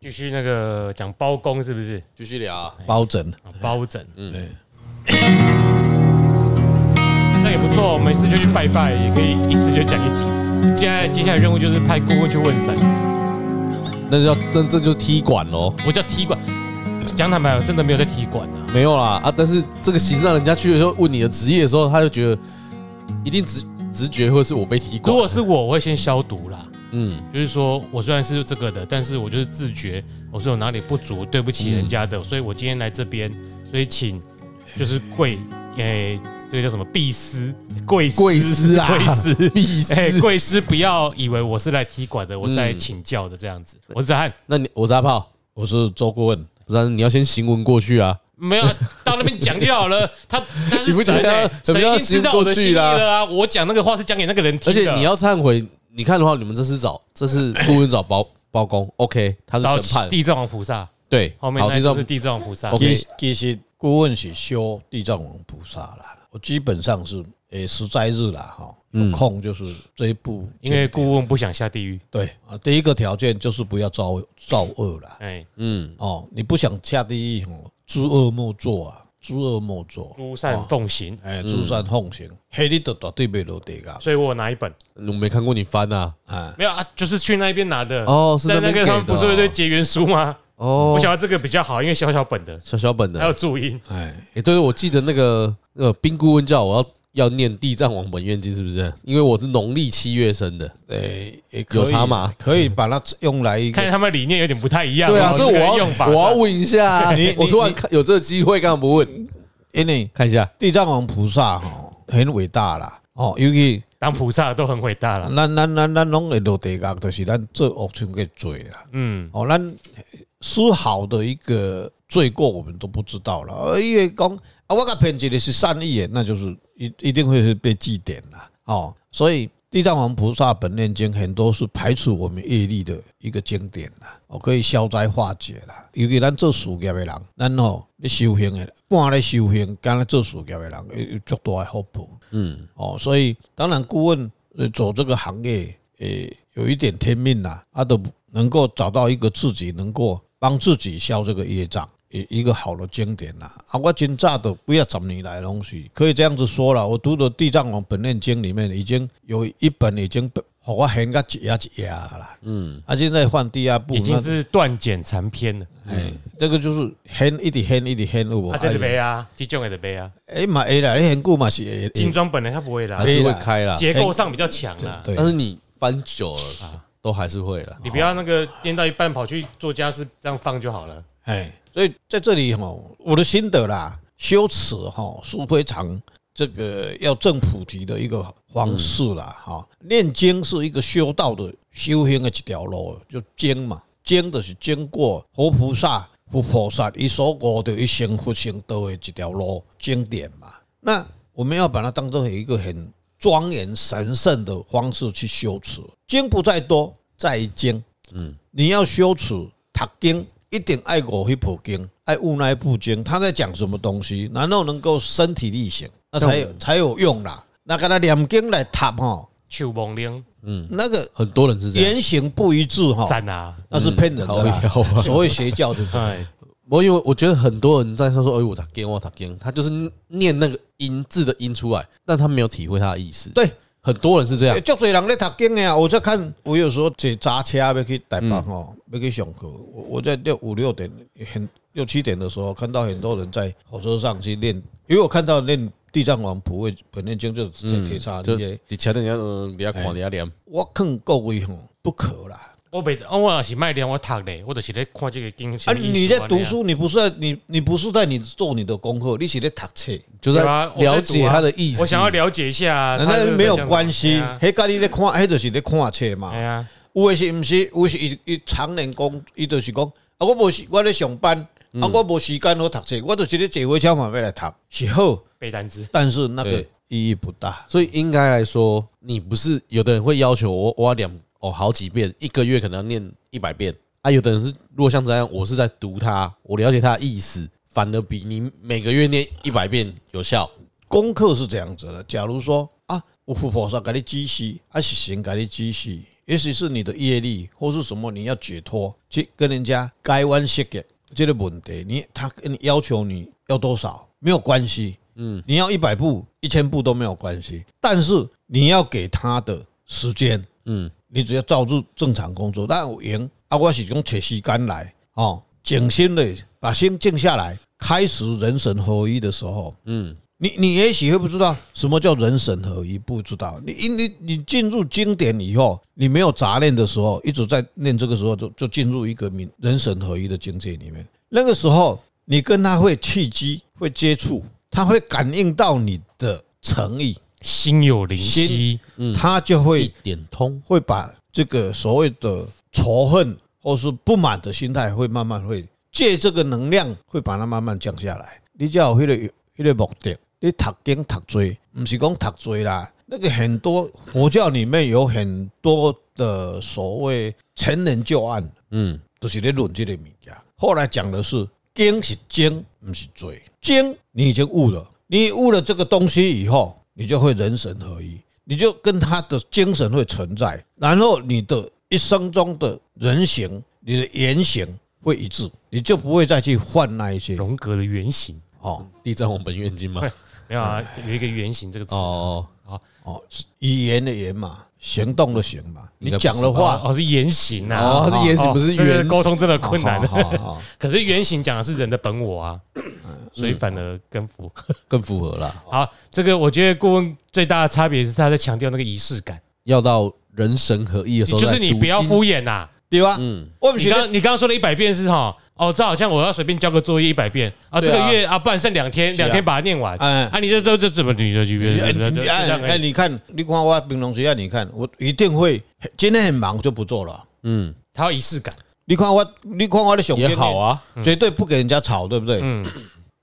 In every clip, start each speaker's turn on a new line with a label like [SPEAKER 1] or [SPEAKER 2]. [SPEAKER 1] 继续那个讲包公是不是？
[SPEAKER 2] 继续聊啊，
[SPEAKER 3] 包拯，
[SPEAKER 1] 啊包拯，
[SPEAKER 3] 对，
[SPEAKER 1] 那也不错，我们没事就去拜拜，也可以一次就讲一集。接下来接下来任务就是派顾问去问神，
[SPEAKER 2] 那就要那这就踢馆喽，
[SPEAKER 1] 不叫踢馆。讲坦白，我真的没有在踢馆啊。
[SPEAKER 2] 没有啦啊！但是这个形式让人家去的时候问你的职业的时候，他就觉得一定直直觉会是我被踢
[SPEAKER 1] 如
[SPEAKER 2] 馆。
[SPEAKER 1] 果是我，我会先消毒啦。
[SPEAKER 2] 嗯，
[SPEAKER 1] 就是说我虽然是这个的，但是我就是自觉，哦我是有哪里不足，对不起人家的，所以我今天来这边，所以请就是贵，诶、这个叫什么贵司，贵司
[SPEAKER 2] 贵司啊
[SPEAKER 1] 贵司，
[SPEAKER 2] 必死。
[SPEAKER 1] 哎，贵司不要以为我是来踢馆的，我是来
[SPEAKER 2] 嗯
[SPEAKER 1] 请教的这样子。我是子翰，
[SPEAKER 2] 那你我是阿炮，
[SPEAKER 3] 我是周顾问，
[SPEAKER 2] 不然你要先行文过去啊。
[SPEAKER 1] 没有到那边讲就好 了。他他
[SPEAKER 2] 你
[SPEAKER 1] 是
[SPEAKER 2] 不
[SPEAKER 1] 神、
[SPEAKER 2] 觉得
[SPEAKER 1] 欸，
[SPEAKER 2] 很
[SPEAKER 1] 神
[SPEAKER 2] 不
[SPEAKER 1] 已
[SPEAKER 2] 要
[SPEAKER 1] 经知道我的心意
[SPEAKER 2] 行过去啦
[SPEAKER 1] 了啊！我讲那个话是讲给那个人听的，
[SPEAKER 2] 而且你要忏悔，你看的话，你们这次找这次顾问找包 包公，OK，他
[SPEAKER 1] 找
[SPEAKER 2] 是审判，
[SPEAKER 1] 地藏王菩萨，
[SPEAKER 2] 对，
[SPEAKER 1] 后面
[SPEAKER 2] 好
[SPEAKER 1] 那
[SPEAKER 2] 地
[SPEAKER 1] 就
[SPEAKER 2] 藏
[SPEAKER 1] 是地藏王菩萨。
[SPEAKER 2] OK
[SPEAKER 3] 其实其实顾问是修地藏王菩萨啦，我基本上是诶十斋日啦哈，有空就是这一部，
[SPEAKER 1] 嗯因为顾问不想下地狱，
[SPEAKER 3] 对啊，第一个条件就是不要造造恶啦，
[SPEAKER 1] 哎，
[SPEAKER 2] 嗯，
[SPEAKER 3] 哦，你不想下地狱哦，诸恶莫作啊，诸恶莫作，
[SPEAKER 1] 诸善嗯奉行。
[SPEAKER 3] 哎，诸善奉行，黑你都绝对袂落地噶，
[SPEAKER 1] 所以我有拿一本，
[SPEAKER 2] 我没看过你翻啊，
[SPEAKER 3] 啊，
[SPEAKER 1] 没有啊，就是去那边拿的。
[SPEAKER 2] 哦是
[SPEAKER 1] 在
[SPEAKER 2] 那
[SPEAKER 1] 那
[SPEAKER 2] 边
[SPEAKER 1] 个他们
[SPEAKER 2] 给的
[SPEAKER 1] 不
[SPEAKER 2] 哦
[SPEAKER 1] 是有一堆结缘书吗？
[SPEAKER 2] 哦
[SPEAKER 1] 我，想要这个比较好，因为小小本的，
[SPEAKER 2] 小小本的
[SPEAKER 1] 还，有注音。
[SPEAKER 3] 哎，
[SPEAKER 2] 哎，对对，我记得那个呃，冰顾问叫我要。要念地藏王本愿经是不是？因为我是农历七月生的，
[SPEAKER 3] 诶，也
[SPEAKER 2] 有
[SPEAKER 3] 可以
[SPEAKER 2] 差吗？
[SPEAKER 3] 可以把它用来一
[SPEAKER 1] 看来
[SPEAKER 3] 个，
[SPEAKER 1] 他们理念有点不太一样哦。
[SPEAKER 2] 对啊，所以
[SPEAKER 1] 这
[SPEAKER 2] 我
[SPEAKER 1] 个
[SPEAKER 2] 要
[SPEAKER 1] 用法
[SPEAKER 2] 我要
[SPEAKER 1] 上
[SPEAKER 2] 问一下啊
[SPEAKER 3] 你你，
[SPEAKER 2] 我突然看有这个机会，干嘛不问？
[SPEAKER 3] 因为
[SPEAKER 2] 看一下，
[SPEAKER 3] 地藏王菩萨吼很伟大啦，哦，尤其
[SPEAKER 1] 当菩萨都很伟大了。
[SPEAKER 3] 啊咱咱咱咱拢会落地狱，就是咱做恶性个罪啦。
[SPEAKER 1] 嗯，
[SPEAKER 3] 哦，咱丝毫的一个罪过我们都不知道了。而因为讲啊，我甲骗一个是善意的，那就是一一定会是被祭奠啦。哦，所以《地藏王菩萨本愿经》很多是排除我们业力的一个经典啦，哦，可以消灾化解啦。尤其咱做事业的人，咱哦，你修行的，半咧修行，干咧做事业的人，有有足大的福报。
[SPEAKER 2] 嗯，
[SPEAKER 3] 哦，所以当然顾问呃走这个行业，诶，有一点天命啦，他都能够找到一个自己能够帮自己消这个业障。一一个好的经典啦，啊，我真早都不要十年来的东西，可以这样子说了。我读的《地藏王本愿经》里面已经有一本已经被让我很个挤压挤压啦，嗯，啊，现在换第二部，
[SPEAKER 1] 嗯已经
[SPEAKER 3] 那
[SPEAKER 1] 是断简残篇了。
[SPEAKER 3] 哎，这个就是很一直很一直很有无
[SPEAKER 1] 他这个背啊，这种也得背啊。
[SPEAKER 3] 哎嘛会啦，你很久嘛是会
[SPEAKER 1] 精
[SPEAKER 3] 会，
[SPEAKER 1] 装本来他不会啦
[SPEAKER 2] 还，是啊会开啦，
[SPEAKER 1] 结构上比较强啦。
[SPEAKER 3] 对
[SPEAKER 2] 但，是你翻久了，都还是会了。
[SPEAKER 1] 你不要那个练到一半跑去做家事，这样放就好了。
[SPEAKER 3] 哎，所以在这里哈，我的心得啦，修持哈是非常这个要证菩提的一个方式啦，哈、念经是一个修道的修行的一条路，就经嘛，经就是经过活菩萨、佛菩萨伊所悟的一生佛行道的一条路经典嘛。那我们要把它当做一个很庄严神圣的方式去修持，经不在多，在于精。你要修持读经，一定爱五迄部经，爱悟那一部经，他在讲什么东西，然后能够身体力行，那才有才有用啦。那跟他念经来读吼，
[SPEAKER 1] 手蒙铃
[SPEAKER 3] 那个
[SPEAKER 2] 很多人是这样。
[SPEAKER 3] 言行不一致吼，
[SPEAKER 1] 赞啊！
[SPEAKER 3] 那是骗人的
[SPEAKER 2] 嗯靠腰
[SPEAKER 3] 啦。
[SPEAKER 2] 啊
[SPEAKER 3] 所谓邪教就是这样
[SPEAKER 1] 哎，
[SPEAKER 2] 我因为我觉得很多人在他说：“哎，我打 game，我打 game。”他就是念那个音字的音出来，但他没有体会他的意思。，
[SPEAKER 3] 对，
[SPEAKER 2] 很多人是这样
[SPEAKER 1] 啊
[SPEAKER 3] 有。足侪人咧读经的啊！我在看，我有时候坐砸车要去台北
[SPEAKER 1] 嗯
[SPEAKER 3] 吼，要去上课。我我在六五六点很六七点的时候，看到很多人在火车上去练，因为我看到练地藏王普惠本念经就直
[SPEAKER 2] 嗯
[SPEAKER 3] 接贴
[SPEAKER 1] 嗯
[SPEAKER 3] 插那些，
[SPEAKER 2] 你前两天嗯，比较狂，比较凉。
[SPEAKER 3] 我看各位吼不可啦。
[SPEAKER 1] 我被我也是卖练我读嘞，我就是咧看这个经。
[SPEAKER 3] 啊，你在读书，你不是在你你不是在你做你的功课，你是在读册，
[SPEAKER 2] 就是
[SPEAKER 1] 对
[SPEAKER 2] 在
[SPEAKER 1] 啊，我在读啊
[SPEAKER 2] 了解他的意思。
[SPEAKER 1] 我想要了解一下啊，他
[SPEAKER 3] 那
[SPEAKER 1] 是
[SPEAKER 3] 没有
[SPEAKER 1] 这样子
[SPEAKER 3] 关
[SPEAKER 1] 哎
[SPEAKER 3] 系
[SPEAKER 1] 呀。
[SPEAKER 3] 迄家你咧看，迄就是咧看册嘛
[SPEAKER 1] 哎。呀，
[SPEAKER 3] 有诶是毋是？有的是伊伊常年讲，伊就是讲啊，我无时，我咧上班，啊，我无时间好读册，我就是咧坐火车嘛要来读，是好，
[SPEAKER 1] 背单词。
[SPEAKER 3] 但是那个
[SPEAKER 2] 对
[SPEAKER 3] 意义不大。
[SPEAKER 2] 所以应该来说，你不是有的人会要求我，我要两哦好几遍，一个月可能要念一百遍啊。有的人是，如果像这样，我是在读它，我了解它的意思，反而比你每个月念一百遍有效。
[SPEAKER 3] 功课是这样子的，假如说啊，有佛菩萨给你指示，啊是神给你指示，也许是你的业力或是什么，你要解脱，去跟人家该弯些给这个问题，你他跟你要求你要多少没有关系，嗯，你要一百步、一千步都没有关系，但是你要给他的时间，
[SPEAKER 2] 嗯，
[SPEAKER 3] 你只要照住正常工作，但有闲啊，我是讲找时间来哦，静心的把心静下来，开始人神合一的时候，
[SPEAKER 2] 嗯，
[SPEAKER 3] 你你也许会不知道什么叫人神合一，不知道你因你你进入经典以后，你没有杂念的时候，一直在念这个时候就就进入一个明人神合一的境界里面，那个时候你跟他会契机会接触，他会感应到你的诚意，
[SPEAKER 1] 心有灵犀，
[SPEAKER 3] 他就
[SPEAKER 2] 一
[SPEAKER 3] 会
[SPEAKER 2] 点通，
[SPEAKER 3] 会把这个所谓的仇恨或是不满的心态，会慢慢会借这个能量，会把它慢慢降下来。你只要有迄、个迄、个目的，你读经读罪，不是讲读罪啦。那个很多佛教里面有很多的所谓成人旧案，
[SPEAKER 2] 嗯，
[SPEAKER 3] 都是咧论这个物件。后来讲的是经是经，不是罪。经你已经悟了，你悟了这个东西以后，你就会人神合一，你就跟他的精神会存在，然后你的一生中的人形、你的言行会一致，你就不会再去换那一些
[SPEAKER 1] 荣格的原型
[SPEAKER 3] 哦
[SPEAKER 2] 地藏王本愿经 嘛，
[SPEAKER 1] 没有啊？有一个原型这个词
[SPEAKER 2] 哦，
[SPEAKER 3] 哦，语言的言嘛，行动的行嘛，
[SPEAKER 2] 应
[SPEAKER 3] 你
[SPEAKER 2] 该不是吧
[SPEAKER 3] 讲的话。
[SPEAKER 1] 哦，是言行呐、
[SPEAKER 2] 哦是言行不是
[SPEAKER 1] 这个
[SPEAKER 2] 原型
[SPEAKER 1] 沟通真的困难。
[SPEAKER 3] 哦好好好
[SPEAKER 1] 可是原型讲的是人的本我啊，
[SPEAKER 3] 嗯
[SPEAKER 1] 所以反而更符合。
[SPEAKER 2] 更符合啦，
[SPEAKER 1] 好，这个我觉得顾问最大的差别是他在强调那个仪式感，
[SPEAKER 2] 要到人神合一的时候，
[SPEAKER 1] 就是你不要，敷衍呐、
[SPEAKER 3] 对吧？
[SPEAKER 2] 嗯，
[SPEAKER 3] 我们
[SPEAKER 1] 你
[SPEAKER 3] 学
[SPEAKER 1] 刚你刚刚说了一百遍是哈，哦，这好像我要随便交个作业一百遍啊，这
[SPEAKER 3] 对啊
[SPEAKER 1] 个月啊，不然剩两天，
[SPEAKER 3] 是啊
[SPEAKER 1] 两天把它念完。
[SPEAKER 3] 哎
[SPEAKER 1] 啊，你这都这怎么你的级别？
[SPEAKER 3] 哎
[SPEAKER 1] 就就
[SPEAKER 3] 你
[SPEAKER 1] 就
[SPEAKER 3] 哎
[SPEAKER 1] 这样
[SPEAKER 3] 哎，
[SPEAKER 1] 而已
[SPEAKER 3] 你看，你看我平常时啊，你看我一定会今天很忙就不做了。
[SPEAKER 2] 嗯，
[SPEAKER 1] 他要仪式感
[SPEAKER 3] 你看我，你看我的熊
[SPEAKER 2] 也好，啊，嗯
[SPEAKER 3] 绝对不给人家吵，对不对？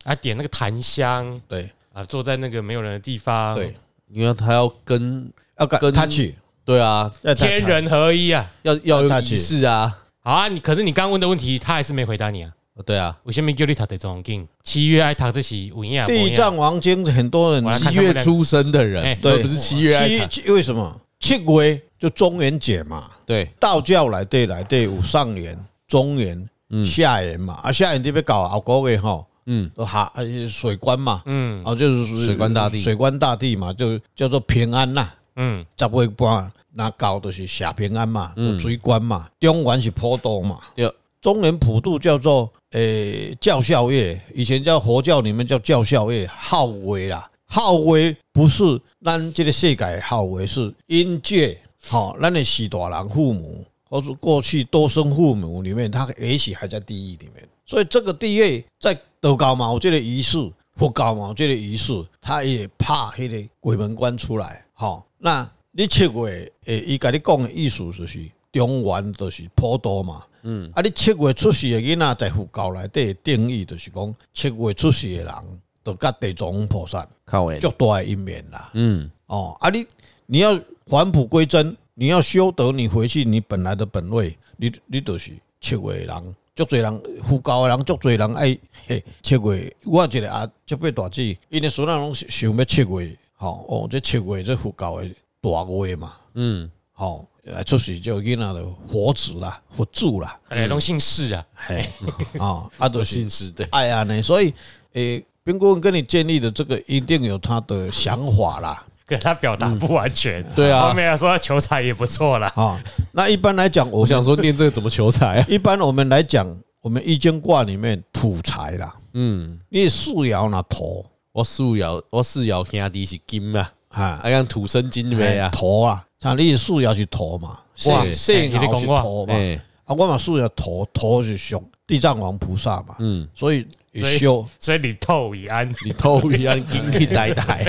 [SPEAKER 1] 啊，点那个檀香
[SPEAKER 3] 对
[SPEAKER 1] 啊，坐在那个没有人的地方，
[SPEAKER 3] 对，，
[SPEAKER 2] 因为他要跟，
[SPEAKER 3] 要跟
[SPEAKER 2] 嗯跟
[SPEAKER 3] 他去，
[SPEAKER 2] 对啊，
[SPEAKER 3] 要跟他
[SPEAKER 1] 天人合一啊。
[SPEAKER 2] 要要
[SPEAKER 3] 大
[SPEAKER 2] 有
[SPEAKER 3] 姐
[SPEAKER 2] 仪式啊，
[SPEAKER 1] 好啊，你可是你刚刚问的问题，他还是没回答你啊。
[SPEAKER 2] 对啊，
[SPEAKER 1] 我下面叫你读的种经，七月爱读这是有影啊，无
[SPEAKER 3] 地
[SPEAKER 1] 影
[SPEAKER 3] 藏王经很多人
[SPEAKER 1] 我来看
[SPEAKER 2] 七月出生的
[SPEAKER 1] 哎
[SPEAKER 2] 人，
[SPEAKER 3] 对
[SPEAKER 2] 对，不是七月爱
[SPEAKER 3] 七
[SPEAKER 2] 看，
[SPEAKER 3] 七为什么七月就中元节嘛？
[SPEAKER 2] 对，
[SPEAKER 3] 道教来对来对有上元、中元、下元嘛，啊下元这边搞后个月吼，
[SPEAKER 2] 嗯，
[SPEAKER 3] 都哈啊水官嘛，
[SPEAKER 1] 嗯
[SPEAKER 3] 啊就是
[SPEAKER 2] 水官大帝
[SPEAKER 3] 水官大帝嘛，就叫做平安呐。
[SPEAKER 1] 嗯，
[SPEAKER 3] 十月半那搞就是下平安嘛，
[SPEAKER 2] 嗯
[SPEAKER 3] 就水官嘛，中原是普渡嘛，
[SPEAKER 2] 对，
[SPEAKER 3] 中原普渡叫做诶、教孝业，以前叫佛教里面叫教孝业，孝为啦，孝为不是咱这个世界的孝为是因界，好、咱的许大人父母或是过去多生父母里面，他也许还在地狱里面，所以这个地狱在道教嘛，有这个仪式，佛教嘛，有这个仪式，他也怕迄个鬼门关出来，好、那你七月诶，伊甲你讲的意思就是中原就是普渡嘛。
[SPEAKER 2] 嗯
[SPEAKER 3] 啊，你七月出世的囡仔在佛教内底的定义就是讲，七月出世的人，就甲地藏王菩萨
[SPEAKER 2] 看完，
[SPEAKER 3] 足大的因缘啦。
[SPEAKER 2] 嗯，
[SPEAKER 3] 哦，啊你你要返璞归真，你要修得你回去你本来的本位，你你就是七月的人，足侪人佛教的人，足侪人爱嘿七月。我一个啊，七辈大姊，因的孙仔拢想要七月，吼、哦，这七月这佛教的大月嘛，
[SPEAKER 2] 嗯，
[SPEAKER 3] 吼、来出世就囡仔的佛子啦，佛祖啦。
[SPEAKER 1] 哎，拢姓氏啊，
[SPEAKER 3] 嘿， 啊，啊，都是
[SPEAKER 2] 姓氏对，
[SPEAKER 3] 爱啊呢，所以，诶，冰顾问跟你建立的这个一定有他的想法啦，
[SPEAKER 1] 可他表达不完全。
[SPEAKER 2] 对啊
[SPEAKER 1] 后面要说他求财也不错啦。
[SPEAKER 3] 啊，那一般来讲，我
[SPEAKER 2] 我
[SPEAKER 3] 想
[SPEAKER 2] 想说念这个怎么求财啊，
[SPEAKER 3] 一般我们来讲，我们易经卦里面土财啦，
[SPEAKER 2] 嗯，
[SPEAKER 3] 你的四爻那土
[SPEAKER 2] 我四爻我四爻兄弟是金啊，
[SPEAKER 3] 啊，
[SPEAKER 2] 啊，像土生金没啊，
[SPEAKER 3] 土啊，像你的四爻是土嘛，
[SPEAKER 2] 哇
[SPEAKER 3] 性性
[SPEAKER 1] 哎你在
[SPEAKER 3] 爻
[SPEAKER 1] 讲
[SPEAKER 3] 是
[SPEAKER 1] 我
[SPEAKER 3] 土嘛，
[SPEAKER 2] 哎，
[SPEAKER 3] 啊，我嘛四爻土，土是属地藏王菩萨嘛，
[SPEAKER 2] 嗯，
[SPEAKER 3] 所以
[SPEAKER 1] 所以
[SPEAKER 3] 会修。
[SPEAKER 1] 所以你透已安，
[SPEAKER 2] 你偷一样金去呆 呆，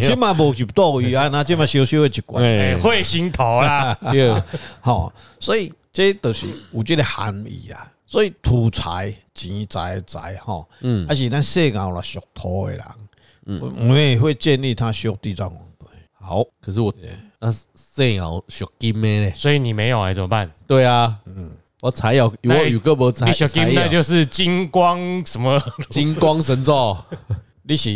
[SPEAKER 3] 即嘛无入到鱼啊，那即嘛小小的一 罐，
[SPEAKER 1] 哎，
[SPEAKER 2] 哎，
[SPEAKER 1] 会心头啦，
[SPEAKER 2] 对，
[SPEAKER 3] 吼、所以这就是有这个含义啊。所以土财、钱财、财吼，
[SPEAKER 2] 嗯
[SPEAKER 3] 还是咱世间啦属土的人，我我也会建议他修地藏王牌。
[SPEAKER 2] 好，可是我那这爻属金的嘞，
[SPEAKER 1] 所以你没有哎，怎么办？
[SPEAKER 2] 对啊，嗯，我财爻我
[SPEAKER 1] 那
[SPEAKER 2] 有个无财
[SPEAKER 1] 你小
[SPEAKER 2] 财
[SPEAKER 1] 金那
[SPEAKER 2] 爻，
[SPEAKER 1] 就是金光什 么
[SPEAKER 2] 金光神 咒，
[SPEAKER 3] 你是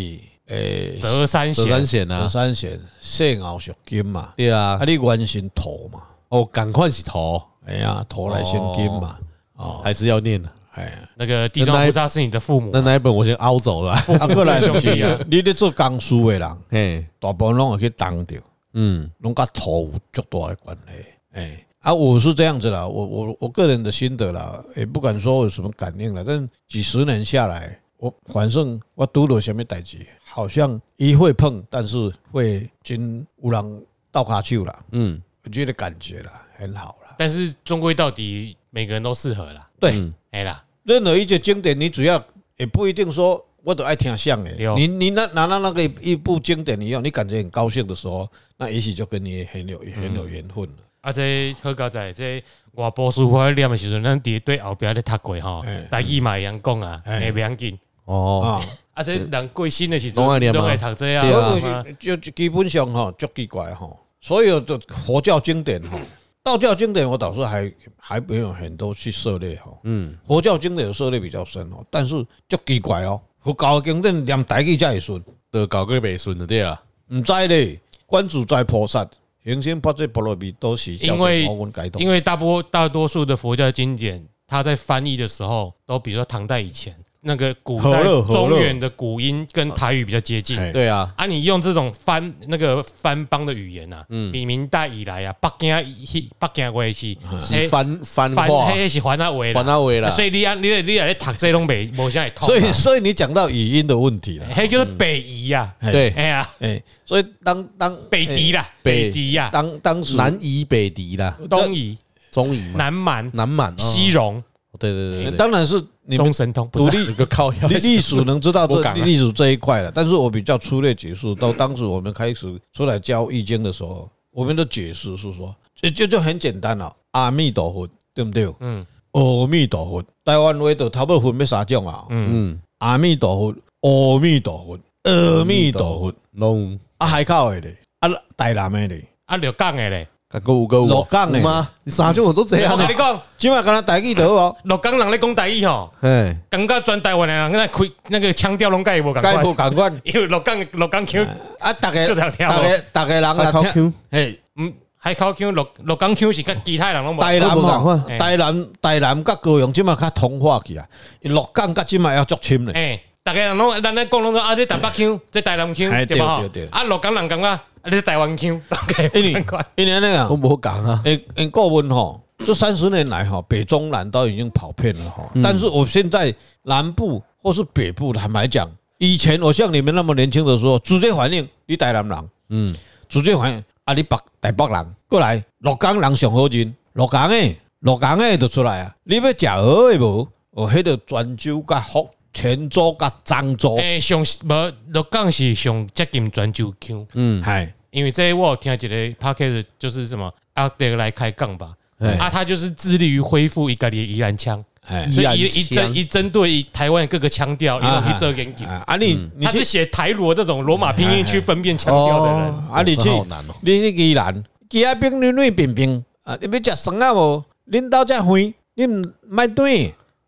[SPEAKER 3] 诶，
[SPEAKER 1] 德山
[SPEAKER 2] 蛇
[SPEAKER 1] 贤
[SPEAKER 2] 山，险
[SPEAKER 3] 十
[SPEAKER 2] 啊，
[SPEAKER 3] 三贤世爻属金嘛，
[SPEAKER 2] 对啊
[SPEAKER 3] 啊，，你原神土嘛，
[SPEAKER 2] 哦，赶快洗头，
[SPEAKER 3] 哎呀，头来现金嘛，哦，
[SPEAKER 2] 还是要念的。
[SPEAKER 3] 哎呀，
[SPEAKER 1] 那个地藏菩萨是你的父母啊
[SPEAKER 2] 那，那一本我先凹走 了。
[SPEAKER 3] 啊，过来
[SPEAKER 1] 兄弟啊
[SPEAKER 3] 是你咧做工事的人，
[SPEAKER 2] 嘿，
[SPEAKER 3] 大部分拢会去当着，
[SPEAKER 2] 嗯，
[SPEAKER 3] 拢甲头有足大的关系，哎。啊，我是这样子啦，我我我个人的心得啦，也不敢说我有什么感应啦，但几十年下来，我反正我拄到什么代志，好像一会碰，但是会真有人倒下手啦，
[SPEAKER 2] 嗯，
[SPEAKER 3] 我觉得感觉啦很好啦。
[SPEAKER 1] 但是终归到底每个人都适合啦，
[SPEAKER 3] 对，
[SPEAKER 2] 嗯
[SPEAKER 1] 哎啦，
[SPEAKER 3] 任何一节经典，你只要也不一定说我都爱听像诶
[SPEAKER 1] 对哦。
[SPEAKER 3] 你你那拿到那个一部经典一样，你感觉很高兴的时候，那也许就跟你很有很有缘分了。
[SPEAKER 1] 啊这好高仔这外播书法念的时候，咱伫对后边咧读过吼
[SPEAKER 3] 哎，
[SPEAKER 1] 大意嘛会晓讲啊，
[SPEAKER 3] 哎
[SPEAKER 1] 会袂要紧。
[SPEAKER 2] 哦，
[SPEAKER 3] 啊，
[SPEAKER 1] 啊，这人过身的时阵，
[SPEAKER 2] 拢爱念吗
[SPEAKER 1] 拢爱读这
[SPEAKER 2] 对
[SPEAKER 1] 啊
[SPEAKER 2] 啊
[SPEAKER 3] 我
[SPEAKER 1] 对
[SPEAKER 3] 就
[SPEAKER 1] 吗，
[SPEAKER 3] 是就就基本上哈，就奇怪哈，所有的佛教经典哈。道教经典我倒是还还没有很多去涉猎哈，
[SPEAKER 2] 嗯，
[SPEAKER 3] 佛教经典的涉猎比较深哦，但是就奇怪哦，佛教的经典连台语才会顺，
[SPEAKER 2] 得搞个北孙的对啊，
[SPEAKER 3] 唔知咧，观自在菩萨行深发这波罗蜜多时，
[SPEAKER 1] 因为
[SPEAKER 3] 我们改动
[SPEAKER 1] 因，为大波大多数的佛教经典，它在翻译的时候，都比如说唐代以前那个古代
[SPEAKER 3] 和乐和
[SPEAKER 1] 中
[SPEAKER 3] 乐
[SPEAKER 1] 原的古音跟台语比较接近。
[SPEAKER 3] 哎
[SPEAKER 2] 对啊，
[SPEAKER 1] 啊，你用这种翻那个翻邦的语言呐、啊，
[SPEAKER 2] 嗯
[SPEAKER 1] 比明代以来啊，北京是北京话是
[SPEAKER 2] 是翻翻
[SPEAKER 1] 翻
[SPEAKER 2] 话，
[SPEAKER 1] 黑是还那话啦，
[SPEAKER 2] 翻那话啦
[SPEAKER 1] 啊所以你啊，你你来读这拢没无啥会痛啊，
[SPEAKER 3] 所以所以你讲到语音的问题了，
[SPEAKER 1] 黑叫做北移啊，
[SPEAKER 2] 对，
[SPEAKER 1] 哎呀，
[SPEAKER 3] 哎，所以当当
[SPEAKER 1] 北
[SPEAKER 3] 哎
[SPEAKER 1] 狄啦，
[SPEAKER 2] 北
[SPEAKER 1] 北狄呀，
[SPEAKER 3] 当当时
[SPEAKER 2] 南夷北狄啦，
[SPEAKER 1] 东夷、
[SPEAKER 2] 中夷嘛，
[SPEAKER 1] 南蛮、
[SPEAKER 2] 南蛮，
[SPEAKER 1] 西戎、
[SPEAKER 2] 哦，对对对对对，
[SPEAKER 3] 哎当然是你们
[SPEAKER 1] 中神通，不
[SPEAKER 3] 独
[SPEAKER 1] 是
[SPEAKER 3] 立
[SPEAKER 2] 有个靠腰
[SPEAKER 3] 历历史能知道
[SPEAKER 2] 我
[SPEAKER 3] 这
[SPEAKER 2] 敢啊
[SPEAKER 3] 历史这一块了，但是我比较粗略解释。到当时我们开始出来教易经的时候，我们的解释是说，就就就很简单了，阿弥陀佛，对不对？
[SPEAKER 1] 嗯，
[SPEAKER 3] 阿弥陀佛，台湾话就差不多分要三种啊，
[SPEAKER 2] 嗯，
[SPEAKER 3] 阿弥陀佛，阿弥陀佛，阿弥陀佛，
[SPEAKER 2] 拢
[SPEAKER 3] 啊海口的咧，啊台南的咧。
[SPEAKER 1] 啊，就讲的嘞，
[SPEAKER 2] 啊个五个五，
[SPEAKER 3] 六港的
[SPEAKER 2] 吗？你啥种我都这样
[SPEAKER 1] 我跟
[SPEAKER 2] 的
[SPEAKER 1] 你，讲，
[SPEAKER 3] 今晚跟他台语就好哦，
[SPEAKER 1] 洛江人咧讲台语吼，
[SPEAKER 2] 哎，
[SPEAKER 1] 感觉全台湾的人那啊开那个腔调拢甲伊无共
[SPEAKER 3] 该
[SPEAKER 1] 款
[SPEAKER 3] 不，赶快
[SPEAKER 1] 因为洛江洛江腔，
[SPEAKER 3] 啊！大家
[SPEAKER 1] 就这样听哦
[SPEAKER 3] 大家大家人
[SPEAKER 2] 啊靠
[SPEAKER 3] 来听，
[SPEAKER 2] Q，
[SPEAKER 3] 嘿，
[SPEAKER 1] 嗯，海口腔、洛洛江腔是甲其他人拢无。
[SPEAKER 3] 台南
[SPEAKER 2] 都不同
[SPEAKER 3] 哦
[SPEAKER 2] 款，
[SPEAKER 1] 嘿
[SPEAKER 3] 台南台南甲高雄即马较同化去啊，鹿港甲即马要足深咧。
[SPEAKER 1] 诶，哎大家人拢咱咧讲拢说啊，这台北 腔，这台南腔，
[SPEAKER 3] 哎
[SPEAKER 1] 对吧？
[SPEAKER 3] 对对对哎
[SPEAKER 1] 啊，洛江人感觉啊，这台湾 腔，哎
[SPEAKER 3] 因 为因为那
[SPEAKER 2] 我
[SPEAKER 3] 个
[SPEAKER 2] 无讲啊，
[SPEAKER 3] 诶诶，顾问吼，这三十年来吼，北中南都已经跑遍了哈。
[SPEAKER 2] 嗯
[SPEAKER 3] 但是我现在南部或是北部，坦白讲，以前我像你们那么年轻的时候，直接反应你台南人，
[SPEAKER 2] 嗯，
[SPEAKER 3] 直接反应啊你北台北人过来，鹿港人上好认，鹿港诶，鹿港诶就出来啊。你要食蚵诶无？哦，迄个泉州甲福泉州甲漳州，
[SPEAKER 1] 诶，上无哎洛江是上接近泉州腔，
[SPEAKER 2] 嗯，
[SPEAKER 3] 嗨。
[SPEAKER 1] 因为这我有听一个 p o c a s t 就是什么阿德来开杠吧，
[SPEAKER 2] 哎
[SPEAKER 1] 啊，他就是致力于恢复一个的宜兰腔，
[SPEAKER 3] 哎
[SPEAKER 2] 宜
[SPEAKER 1] 所
[SPEAKER 2] 兰
[SPEAKER 1] 以一一
[SPEAKER 2] 腔
[SPEAKER 1] 针一针对于台湾各个腔调，然后去做
[SPEAKER 2] 嗯
[SPEAKER 1] 研究。
[SPEAKER 3] 啊啊你你
[SPEAKER 1] 他是
[SPEAKER 3] 去
[SPEAKER 1] 写台罗这种罗马拼音去分辨腔调的人，
[SPEAKER 3] 啊你去
[SPEAKER 2] 好难哦，
[SPEAKER 3] 你去宜兰，鸡仔冰软软冰冰啊，你要食酸啊无？恁兜遮远，你毋卖转，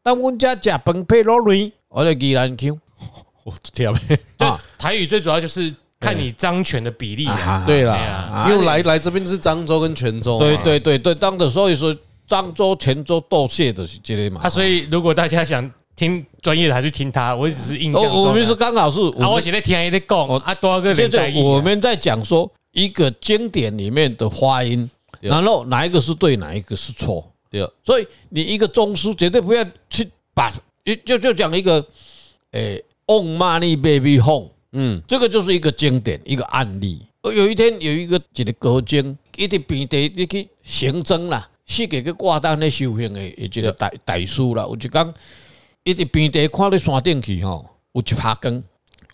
[SPEAKER 3] 当阮遮食饭配卤卵，我就宜兰腔
[SPEAKER 2] 我
[SPEAKER 3] 哦
[SPEAKER 2] 天啊，
[SPEAKER 1] 对
[SPEAKER 3] 啊
[SPEAKER 1] 台语最主要就是看
[SPEAKER 3] 哎
[SPEAKER 1] 你张权的比例啊
[SPEAKER 3] 啊。
[SPEAKER 2] 对
[SPEAKER 1] 对
[SPEAKER 2] 啦
[SPEAKER 1] 啊，
[SPEAKER 2] 因为来来这边是漳州跟泉州嘛，
[SPEAKER 3] 对对对对，当的所以说漳州、泉州、斗蟹就是这个嘛。
[SPEAKER 1] 啊，所
[SPEAKER 2] 哦
[SPEAKER 1] 以如果大家想听专业的，还是听他。我只是印象中啊、
[SPEAKER 3] 哦，我们是刚好是我
[SPEAKER 1] 啊，我
[SPEAKER 3] 们
[SPEAKER 1] 是在听他在讲
[SPEAKER 3] 哦
[SPEAKER 1] 啊，多个
[SPEAKER 3] 现
[SPEAKER 1] 人在
[SPEAKER 3] 在
[SPEAKER 1] 意啊。
[SPEAKER 3] 我们在讲说一个经典里面的发音，
[SPEAKER 2] 对
[SPEAKER 3] 然后哪一个是对，哪一个是错。
[SPEAKER 2] 对，
[SPEAKER 3] 所以你一个宗师绝对不要去把，就就讲一个，诶，On Money Baby Home，
[SPEAKER 2] 嗯，
[SPEAKER 3] 这个就是一个经典，一个案例。呃有一天有一个一个高僧，一直平地你去行僧啦，是给个挂单咧修行的，一个大大师啦。有一讲，一直平地看咧山顶去吼，有一拍光，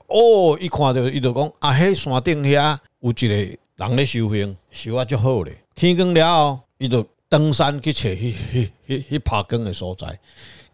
[SPEAKER 3] 哦，一看到伊就讲啊，迄山顶遐有一个人咧修行，修啊足好咧。天光了后，伊就登山去找迄迄迄迄拍光的所在。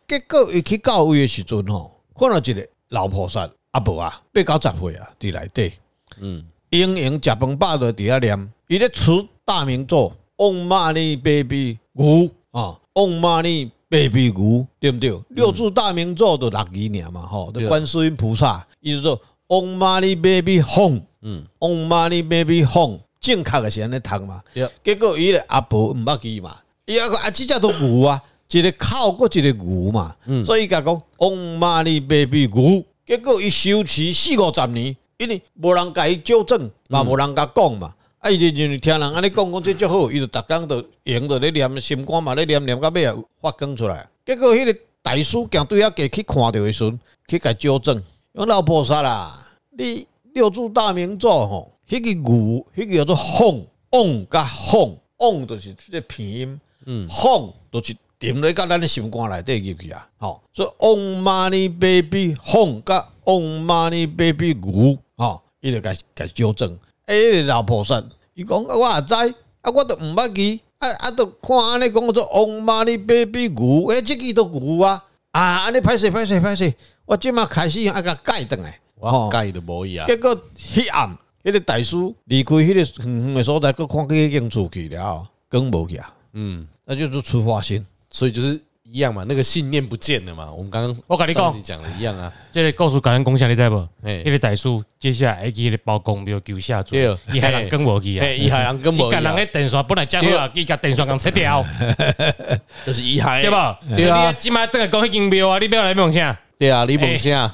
[SPEAKER 3] 结果伊去到位的时阵吼，看到一个老菩萨阿婆啊，八九十岁啊，伫内底，
[SPEAKER 2] 嗯，
[SPEAKER 3] 英英食饭饱就伫遐念，伊咧持大明咒，Om Mani Baby 牛啊，Om Mani Baby 牛，对不对？六字大明咒就六字尔嘛吼，
[SPEAKER 2] 对
[SPEAKER 3] 就观世音菩萨，伊就说 Om Mani Baby Home，嗯，Om Mani Baby Home，正确的是安尼读嘛
[SPEAKER 2] Yeah。
[SPEAKER 3] 结果伊个阿婆毋捌记嘛，伊阿个啊，即只都牛啊，一个口过一个牛嘛，所以伊甲讲往妈你爸比牛，结果伊修持四五十年，因为无人甲伊纠正，嘛无人甲讲嘛。啊！伊就就听人安尼讲，讲这足好，伊就逐工就用着咧念心肝嘛，咧念念到尾啊发光出来。结果迄个大师行对遐过去看到的时阵，去甲纠正，讲老菩萨啦，你六字大明咒吼，迄、个牛，迄、个叫做凤，凤甲凤，凤就是即个拼音，嗯，凤就是沉咧甲咱的心肝内底入去啊，吼、所以 Om Mani Baby 凤甲 Om Mani Baby 牛，吼、伊就甲甲纠正，哎、迄个老菩萨，伊讲啊我也知，啊我都毋捌记，啊啊都看安尼讲做 Om Mani Baby 牛，诶、即句都牛啊，啊安尼歹势歹势歹势，我即马开始啊甲改转来，
[SPEAKER 2] 我
[SPEAKER 1] 哦
[SPEAKER 2] 要盖的无伊啊，
[SPEAKER 3] 结果迄暗，迄、个大师离开迄个远远的所在，佮看见迄间厝去了后，更无去啊。
[SPEAKER 2] 嗯，
[SPEAKER 3] 那就是出发心。
[SPEAKER 2] 所以就是一样嘛，那个信念不见了嘛。我们刚刚
[SPEAKER 1] 我跟你讲
[SPEAKER 2] 上集讲的一样啊，
[SPEAKER 1] 这个故事感恩功效你知无？
[SPEAKER 2] 嘿
[SPEAKER 1] 迄个大叔接下来迄个包公庙救下主
[SPEAKER 2] 对，
[SPEAKER 1] 伊害人跟无去啊！
[SPEAKER 2] 嘿，伊害人跟
[SPEAKER 1] 伊
[SPEAKER 2] 无伊
[SPEAKER 1] 甲人
[SPEAKER 2] 啊，
[SPEAKER 1] 个电线本来遮好啊，伊甲电线共切掉，
[SPEAKER 2] 就是伊害
[SPEAKER 1] 对
[SPEAKER 2] 的，
[SPEAKER 1] 无？
[SPEAKER 2] 对啊
[SPEAKER 1] 你即摆等下讲迄间庙啊，你不要来问啥？
[SPEAKER 2] 对啊，你 问啥？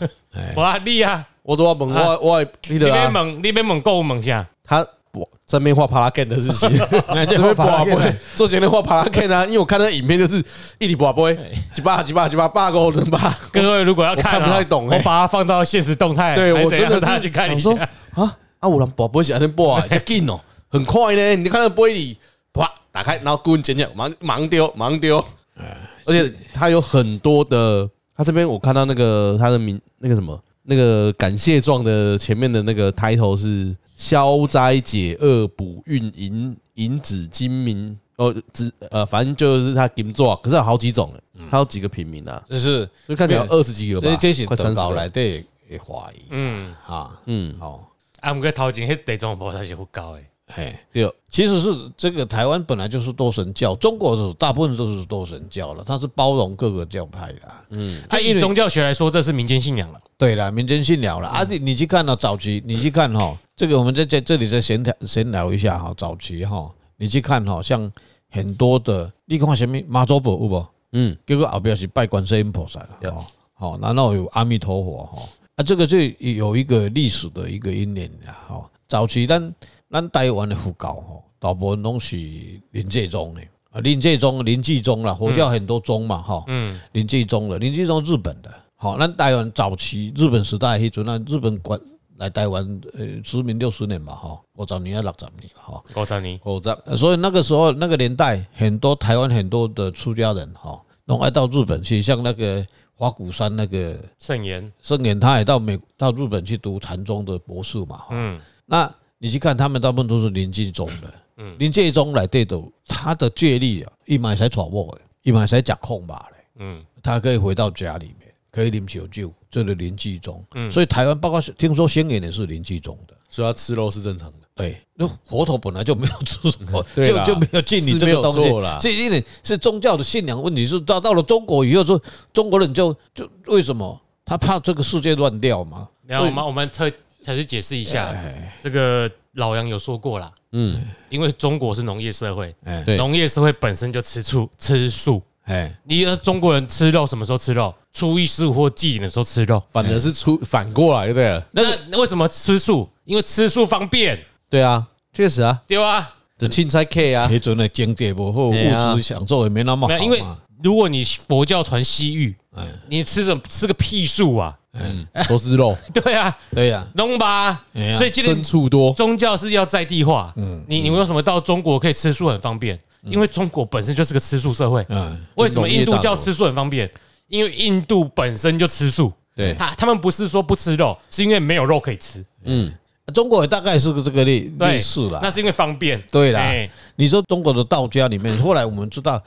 [SPEAKER 1] 我啊你啊，
[SPEAKER 2] 我都要问我我的那
[SPEAKER 1] 你
[SPEAKER 2] 个
[SPEAKER 1] 要
[SPEAKER 2] 啊，
[SPEAKER 1] 问你要问购物问啥？
[SPEAKER 2] 他我正面画帕拉干的事 情，
[SPEAKER 3] 这
[SPEAKER 2] 这边画
[SPEAKER 3] 画帕拉
[SPEAKER 2] 杯
[SPEAKER 3] 干，
[SPEAKER 2] 做前面画帕拉干啊，因为我看那影片就是一里画杯，几把几把几把八个人吧，
[SPEAKER 1] 各位如果要看
[SPEAKER 2] 我看
[SPEAKER 1] 啊，
[SPEAKER 2] 不太懂欸
[SPEAKER 1] 我把它放到现实动态，
[SPEAKER 2] 对
[SPEAKER 1] 哎还是
[SPEAKER 2] 我真
[SPEAKER 1] 怎样
[SPEAKER 2] 的
[SPEAKER 1] 大家
[SPEAKER 2] 是
[SPEAKER 1] 去看一
[SPEAKER 2] 想
[SPEAKER 1] 下
[SPEAKER 2] 说。啊啊，有人宝贝是安尼 播啊，真紧哦，很快呢。你就看那个玻璃，啪打开，然后棍捡起来，忙忙丢，忙丢。
[SPEAKER 1] 哎
[SPEAKER 2] 而且他有很多的，他这边我看到那个他的名那个什么那个感谢状的前面的那个 title 是消灾解厄补运银银子金明。哦，子呃，反正就是他金座，可是有好几种，
[SPEAKER 1] 嗯
[SPEAKER 2] 他有几个品名啊，
[SPEAKER 3] 这是，
[SPEAKER 2] 所以看起来有二十几个吧
[SPEAKER 3] 这，这是
[SPEAKER 2] 快三
[SPEAKER 3] 得
[SPEAKER 2] 十
[SPEAKER 3] 到
[SPEAKER 2] 个
[SPEAKER 3] 来。的怀疑
[SPEAKER 1] 嗯，
[SPEAKER 3] 啊。
[SPEAKER 2] 嗯，
[SPEAKER 3] 哦，
[SPEAKER 1] 啊，毋过头前迄地藏菩萨是佛教诶，
[SPEAKER 3] 嘿，
[SPEAKER 2] 对，
[SPEAKER 3] 其实是这个台湾本来就是多神教，中国是大部分都是多神教了，它是包容各个教派的啊。嗯，啊，
[SPEAKER 1] 啊，
[SPEAKER 3] 因
[SPEAKER 1] 以
[SPEAKER 3] 为
[SPEAKER 1] 宗教学来说，这是民间信仰了。
[SPEAKER 3] 对了，民间信仰了啊！你你去看到、早期，你去看哈、这个我们在在这里再闲聊闲聊一下哈、早期哈、你去看哈、像很多的，你看什么妈祖婆有无？
[SPEAKER 2] 嗯，
[SPEAKER 3] 结果后边是拜观世音菩萨了哦，好，然后有阿弥陀佛哈、啊，这个就有一个历史的一个因缘啦哈、早期咱咱台湾的佛教哈、大部分拢是临济宗的啊，临济宗、临济宗啦，佛教很多宗嘛哈、
[SPEAKER 1] 嗯，
[SPEAKER 3] 林继宗了，林继宗日本的。好，咱台湾早期日本时代迄阵啊，日本管来台湾呃殖民六十年嘛，哈，五十年啊六十年嘛，哈。
[SPEAKER 1] 五十年，
[SPEAKER 2] 口罩。
[SPEAKER 3] 呃所以那个时候那个年代，很多台湾很多的出家人哈，拢爱到日本去，像那个花鼓山那个
[SPEAKER 1] 圣言，
[SPEAKER 3] 圣言，他也到美到日本去读禅宗的博士嘛，哈。
[SPEAKER 1] 嗯，
[SPEAKER 3] 那你去看他们大部分都是林继宗的，嗯，林继宗来对的，他的戒律啊，一买才闯祸的，一买才讲空吧嘞。
[SPEAKER 1] 嗯，
[SPEAKER 3] 他可以回到家里面，可以啉小酒，这个林继宗。所以台湾包括听说仙人也是林继宗的。
[SPEAKER 2] 所以要吃肉是正常的。
[SPEAKER 3] 对，哎那佛陀本来就没有出什么，
[SPEAKER 2] 嗯对
[SPEAKER 3] 就
[SPEAKER 2] 啦
[SPEAKER 3] 就没有进你
[SPEAKER 2] 是
[SPEAKER 3] 这
[SPEAKER 2] 没
[SPEAKER 3] 个
[SPEAKER 2] 有
[SPEAKER 3] 东西
[SPEAKER 2] 错啦
[SPEAKER 3] 这一点是宗教的信仰问题。是到到了中国以后，就中国人就就为什么他怕这个世界乱掉嘛？
[SPEAKER 1] 然后我们我们特还是解释一
[SPEAKER 3] 哎
[SPEAKER 1] 下，这个老杨有说过啦，
[SPEAKER 2] 嗯，
[SPEAKER 1] 因为中国是农业社会，
[SPEAKER 3] 哎
[SPEAKER 2] 对
[SPEAKER 1] 农业社会本身就吃素，吃素。
[SPEAKER 3] 哎，
[SPEAKER 1] 你呃中国人吃肉什么时候吃肉？初一十五或祭典的时候吃肉。
[SPEAKER 2] 反而是出反过来，对不对？
[SPEAKER 1] 那那为什么吃素？因为吃素方便，
[SPEAKER 2] 对啊，确实啊，
[SPEAKER 1] 对吧？
[SPEAKER 2] 就青菜 K 啊，
[SPEAKER 3] 那阵的经济不好，
[SPEAKER 2] 哎呀
[SPEAKER 3] 物质享受也没那么
[SPEAKER 1] 没
[SPEAKER 3] 好
[SPEAKER 1] 有，因为
[SPEAKER 3] 嘛。
[SPEAKER 1] 如果你佛教传西域，
[SPEAKER 3] 哎
[SPEAKER 1] 你吃什吃个屁素啊？
[SPEAKER 2] 嗯，都是 肉，
[SPEAKER 1] 对啊，
[SPEAKER 3] 对呀，
[SPEAKER 1] 弄吧
[SPEAKER 3] 哎呀。
[SPEAKER 1] 所以今天
[SPEAKER 2] 牲畜多，
[SPEAKER 1] 宗教是要在地化。
[SPEAKER 3] 嗯
[SPEAKER 1] 你你为什么到中国可以吃素很方便？因为中国本身就是个吃素社会。
[SPEAKER 3] 嗯，
[SPEAKER 1] 为什么印度教
[SPEAKER 2] 农业大国
[SPEAKER 1] 吃素很方便？因为印度本身就吃素。
[SPEAKER 2] 对
[SPEAKER 1] 他他们不是说不吃肉，是因为没有肉可以吃。
[SPEAKER 2] 嗯，
[SPEAKER 3] 中国也大概是个这个类
[SPEAKER 1] 对，
[SPEAKER 3] 类似啦。
[SPEAKER 1] 那是因为方便。
[SPEAKER 3] 对啦
[SPEAKER 1] 哎，
[SPEAKER 3] 你说中国的道家里面，后来我们知道，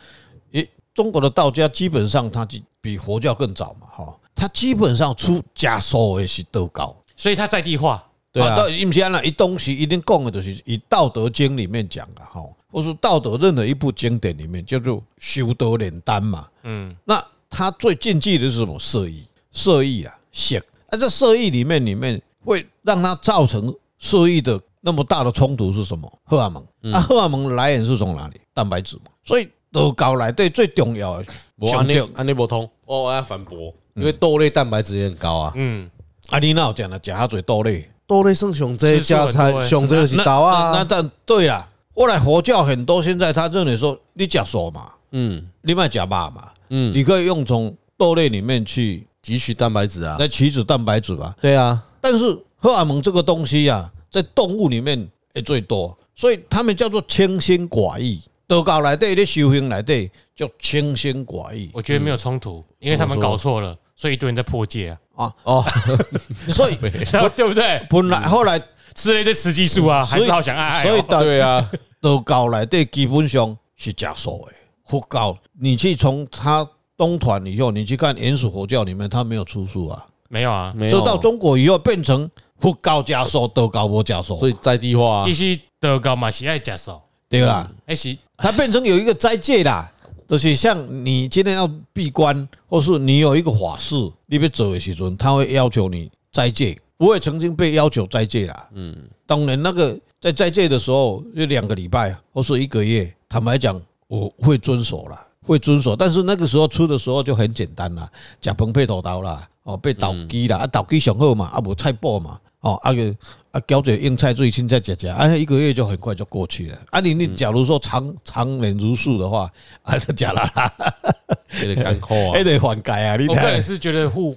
[SPEAKER 3] 诶，中国的道家基本上它就比佛教更早嘛，哈，它基本上出家所的是道教。
[SPEAKER 1] 所以他在地化。
[SPEAKER 2] 对啊
[SPEAKER 3] 到伊不是安那，伊东西一定讲的就是以《道德经》里面讲的哈，或是《道德》任何一部经典里面叫做修德炼丹嘛。
[SPEAKER 1] 嗯，
[SPEAKER 3] 那它最禁忌的是什么？色艺，色艺啊，色啊，这色艺里面里面会让它造成色艺的那么大的冲突是什么？荷尔蒙。
[SPEAKER 2] 嗯
[SPEAKER 3] 那、荷尔蒙的来源是从哪里？蛋白质嘛。所以豆高来对最重要的
[SPEAKER 2] 我啊
[SPEAKER 3] 上
[SPEAKER 2] 安内
[SPEAKER 3] 吊
[SPEAKER 2] 安内不通，哦，我要反驳，因为豆类蛋白质也很高啊，
[SPEAKER 1] 嗯，
[SPEAKER 3] 啊，你那有讲了，假下嘴豆类。
[SPEAKER 2] 豆类剩熊这
[SPEAKER 1] 吃素
[SPEAKER 2] 加
[SPEAKER 1] 很多
[SPEAKER 2] 餐
[SPEAKER 1] 欸
[SPEAKER 2] 熊这是倒
[SPEAKER 3] 那那
[SPEAKER 2] 啊，
[SPEAKER 3] 但对啦，后来佛教很多现在他认为说，你假说嘛，
[SPEAKER 2] 嗯
[SPEAKER 3] 你卖假爸嘛，
[SPEAKER 2] 嗯，
[SPEAKER 3] 你可以用从豆类里面去
[SPEAKER 2] 汲取蛋白质啊，
[SPEAKER 3] 来取脂蛋白质吧。
[SPEAKER 2] 对啊，
[SPEAKER 3] 但是荷尔蒙这个东西呀、啊，在动物里面也最多，所以他们叫做清心寡欲。道教来对，你修行来对，叫清心寡欲
[SPEAKER 1] 我觉得没有冲突，
[SPEAKER 3] 嗯
[SPEAKER 1] 因为他们搞错了，所以一堆人在破戒啊，
[SPEAKER 3] 啊。
[SPEAKER 2] 哦，
[SPEAKER 3] 所以
[SPEAKER 1] 对不对？
[SPEAKER 3] 本来后来
[SPEAKER 1] 吃了一堆雌激素啊，还
[SPEAKER 3] 所以
[SPEAKER 1] 是好想爱爱哦。
[SPEAKER 3] 所以道
[SPEAKER 2] 对啊，
[SPEAKER 3] 道教来对，基本上是假说的。佛教你去从他东传以后，你去看原始佛教里面，他没有出处啊。
[SPEAKER 1] 没有啊，
[SPEAKER 2] 没
[SPEAKER 3] 就
[SPEAKER 2] 有
[SPEAKER 3] 到，中国以后变成佛教加说，道教无加说，
[SPEAKER 2] 所以在地化啊
[SPEAKER 1] 必，须德高嘛，喜爱假手，
[SPEAKER 3] 对啦。
[SPEAKER 1] 哎是
[SPEAKER 3] 它变成有一个斋戒啦，就是像你今天要闭关，或是你有一个法事，你要做的时阵，他会要求你斋戒。我也曾经被要求斋戒啦，嗯，当然那个在斋戒的时候，就两个礼拜啊或是一个月，坦白讲，我会遵守啦，会遵守。但是那个时候出的时候就很简单啦，假崩配头刀啦，哦，被倒鸡啦，啊，倒鸡上好嘛，啊，无菜脯嘛，哦，啊个啊，搅者硬菜最青菜吃吃，啊，一个月就很快就过去了。啊，你你假如说常常年如素的话，啊，就假啦，
[SPEAKER 2] 有点干扣啊
[SPEAKER 3] 还，得缓解啊，你
[SPEAKER 1] 我个人
[SPEAKER 3] 看，
[SPEAKER 1] 是觉得互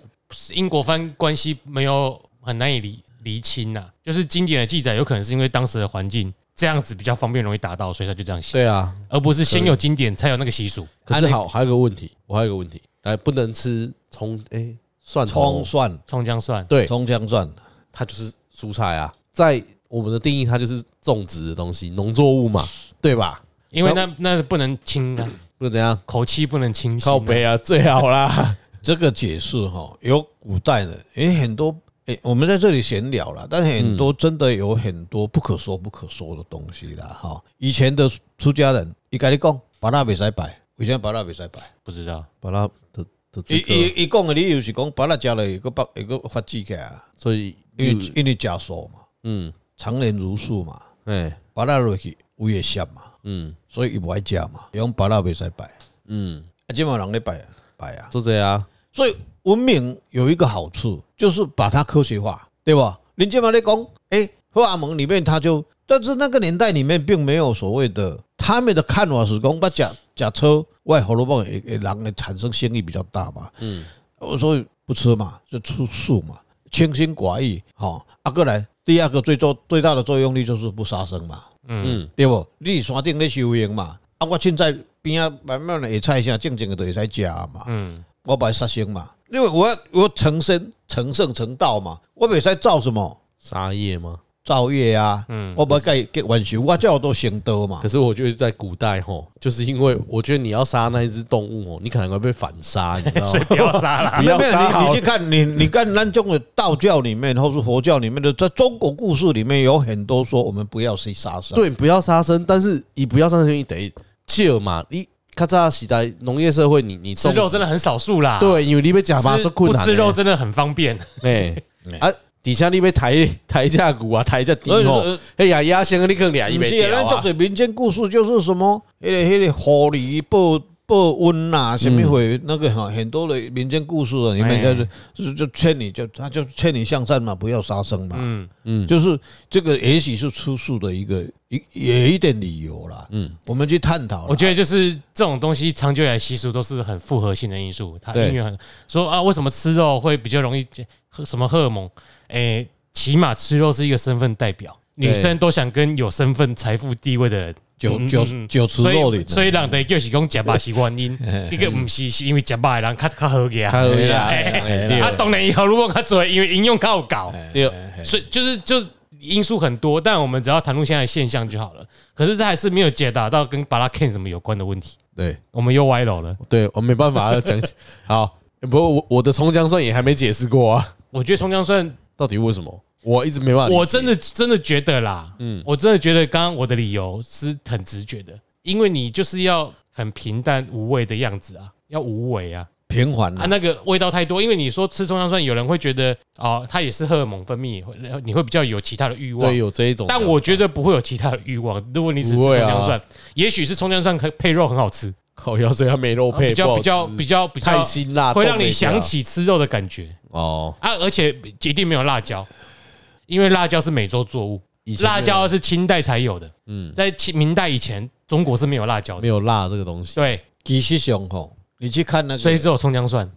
[SPEAKER 1] 英国番关系没有很难以厘厘清呐、就是经典的记载有可能是因为当时的环境这样子比较方便容易达到，所以他就这样写，
[SPEAKER 2] 对啊，
[SPEAKER 1] 而不是先有经典才有那个习俗。
[SPEAKER 2] 可
[SPEAKER 3] 啊
[SPEAKER 2] 是
[SPEAKER 3] 你
[SPEAKER 2] 好，还有个问题，我还有个问题，来不能吃葱，哎，蒜头
[SPEAKER 3] 葱，蒜、
[SPEAKER 1] 葱姜蒜，
[SPEAKER 2] 对，
[SPEAKER 3] 葱姜蒜，
[SPEAKER 2] 它就是蔬菜啊，在我们的定义，它就是种植的东西，农作物嘛，对吧？
[SPEAKER 1] 因为那那不能清啊，
[SPEAKER 2] 不怎样，
[SPEAKER 1] 口气不能清晰、
[SPEAKER 2] 靠背啊，最好啦，
[SPEAKER 3] 这个解释哈，有古代的，也很多。诶，我们在这里闲聊了，但是很多真的有很多不可说不可说的东西啦。哈。以前的出家人，伊跟你讲，把那袂使摆，为什么把那袂使摆？
[SPEAKER 1] 不知道
[SPEAKER 2] 把它的的
[SPEAKER 3] 伊
[SPEAKER 2] 这个，
[SPEAKER 3] 伊伊讲的理由是讲，把那食了一个把一个发起起来啊，
[SPEAKER 2] 所以
[SPEAKER 3] 因为因为假素嘛，
[SPEAKER 2] 嗯，
[SPEAKER 3] 常年如素嘛，
[SPEAKER 2] 哎，
[SPEAKER 3] 把那落去有也涩嘛，
[SPEAKER 2] 嗯
[SPEAKER 3] 所以伊无爱食嘛，用把那袂使摆，
[SPEAKER 2] 嗯，
[SPEAKER 3] 啊，即嘛人咧摆啊摆啊，
[SPEAKER 2] 就这样啊，
[SPEAKER 3] 所以文明有一个好处，就是把它科学化，对吧？林建马在讲，哎，荷尔蒙里面它就，但是那个年代里面并没有所谓的，他们的看法是讲，把假假车外喉咙棒也也让人产生性力比较大嘛，
[SPEAKER 2] 嗯，
[SPEAKER 3] 我所以不吃嘛，就吃素嘛，清心寡欲，哈、啊，过来第二个最作最大的作用力就是不杀生嘛，
[SPEAKER 2] 嗯，
[SPEAKER 3] 对不？你山顶咧修行嘛，啊，我凊彩边啊慢慢的会菜啥，静静的就会使食嘛，
[SPEAKER 1] 嗯，
[SPEAKER 3] 我不会杀生嘛，因为我要我要成身成圣成道嘛，我袂使造什么
[SPEAKER 2] 沙叶吗？
[SPEAKER 3] 造业啊，我不该给完修，我叫我都行道嘛
[SPEAKER 2] 可，是我觉得在古代吼，就是因为我觉得你要杀那一只动物哦，你可能会被反杀，你知 道吗？
[SPEAKER 1] 不要杀啦。
[SPEAKER 2] 不要
[SPEAKER 3] 啊没有没
[SPEAKER 2] 杀
[SPEAKER 3] 有你
[SPEAKER 2] 好
[SPEAKER 3] 你去看你你看南中的道教里面或是佛教里面的，在中国故事里面有很多说我们不要去杀生，
[SPEAKER 2] 对，不要杀生，但是你不要杀生，你得戒嘛。你咔嚓时代农业社会你，你
[SPEAKER 1] 吃肉真
[SPEAKER 2] 的
[SPEAKER 1] 的很少数啦，
[SPEAKER 2] 对，啊因为你被假巴
[SPEAKER 1] 吃，
[SPEAKER 2] 做困
[SPEAKER 1] 不
[SPEAKER 2] 难、欸，
[SPEAKER 1] 吃肉真的很方便。
[SPEAKER 2] 哎、 啊，底下你被抬抬价股啊，抬价低
[SPEAKER 3] 所以说
[SPEAKER 2] 吼，哎呀，压先跟你更俩一
[SPEAKER 3] 不是
[SPEAKER 2] 杯
[SPEAKER 3] 啊，
[SPEAKER 2] 掉
[SPEAKER 3] 咱
[SPEAKER 2] 啊
[SPEAKER 3] 做，民间故事就是什么，迄个迄个狐狸报报温呐，什么
[SPEAKER 2] 嗯
[SPEAKER 3] 会那个哈，很多的民间故事啊，里
[SPEAKER 2] 哎
[SPEAKER 3] 面就是就是就劝你就他就劝你向善嘛，不要杀生嘛，
[SPEAKER 1] 嗯，
[SPEAKER 2] 嗯，
[SPEAKER 3] 就是这个也许是出处的一个一也一点理由啦，嗯，我们去探讨啦，
[SPEAKER 1] 我觉得就是这种东西，长久以来习俗都是很复合性的因素。它
[SPEAKER 2] 对
[SPEAKER 1] 因为很说啊，为什么吃肉会比较容易喝什么荷尔蒙？诶、起码吃肉是一个身份代表，
[SPEAKER 2] 对
[SPEAKER 1] 女生都想跟有身份、财富、地位的人。
[SPEAKER 3] 九
[SPEAKER 1] 嗯
[SPEAKER 3] 九
[SPEAKER 1] 嗯嗯
[SPEAKER 3] 九吃
[SPEAKER 1] 所以
[SPEAKER 3] 肉的
[SPEAKER 2] 啊
[SPEAKER 3] 人
[SPEAKER 1] 所以人的就是讲食肉是原因，一个不是是因为食肉的人较较好个啊，
[SPEAKER 2] 较好吃啊
[SPEAKER 1] 嘿嘿
[SPEAKER 3] 嘿
[SPEAKER 1] 嘿啊当然以后如果较做，因为营养较有高，
[SPEAKER 2] 对，
[SPEAKER 1] 所以就是就是因素很多，但我们只要谈论现在的现象就好了。可是这还是没有解答到跟巴拉 Ken 什么有关的问题，
[SPEAKER 2] 对
[SPEAKER 1] 我们又歪楼了。
[SPEAKER 2] 对，我没办法要讲好，不过我我的葱姜蒜也还没解释过啊，
[SPEAKER 1] 我觉得葱姜蒜，
[SPEAKER 2] 到底为什么？我一直没办法理解，
[SPEAKER 1] 我真的真的觉得啦，嗯，我真的觉得刚刚我的理由是很直觉的，因为你就是要很平淡无味的样子啊，要无为啊，
[SPEAKER 3] 平缓
[SPEAKER 1] 啊，
[SPEAKER 3] 了。
[SPEAKER 1] 那个味道太多，因为你说吃葱姜蒜，有人会觉得哦，它也是荷尔蒙分泌，会你会比较有其他的欲望
[SPEAKER 2] 对，。有这一种。
[SPEAKER 1] 但我觉得不会有其他的欲望。如果你只吃
[SPEAKER 2] 不
[SPEAKER 1] 葱
[SPEAKER 2] 会啊
[SPEAKER 1] 姜蒜，也许是葱姜蒜可配肉很好吃，
[SPEAKER 2] 烤腰这样没肉
[SPEAKER 1] 然后啊比
[SPEAKER 2] 配，
[SPEAKER 1] 较
[SPEAKER 2] 不好
[SPEAKER 1] 比较
[SPEAKER 2] 吃
[SPEAKER 1] 比较比
[SPEAKER 2] 太
[SPEAKER 1] 较
[SPEAKER 2] 辛辣，
[SPEAKER 1] 会
[SPEAKER 2] 冻
[SPEAKER 1] 让
[SPEAKER 2] 没
[SPEAKER 1] 你
[SPEAKER 2] 掉
[SPEAKER 1] 想起吃肉的感觉
[SPEAKER 2] 哦。
[SPEAKER 1] 啊，而且一定没有辣椒，因为辣椒是美洲作物，
[SPEAKER 2] 以前没有
[SPEAKER 1] 辣椒是清代才有的，
[SPEAKER 2] 嗯
[SPEAKER 1] 在清明代以前中国是没有辣椒
[SPEAKER 2] 没
[SPEAKER 1] 的，
[SPEAKER 2] 有辣这个东西，
[SPEAKER 1] 对，
[SPEAKER 3] 其实上吼，你去看那个，
[SPEAKER 1] 所以只有葱姜蒜。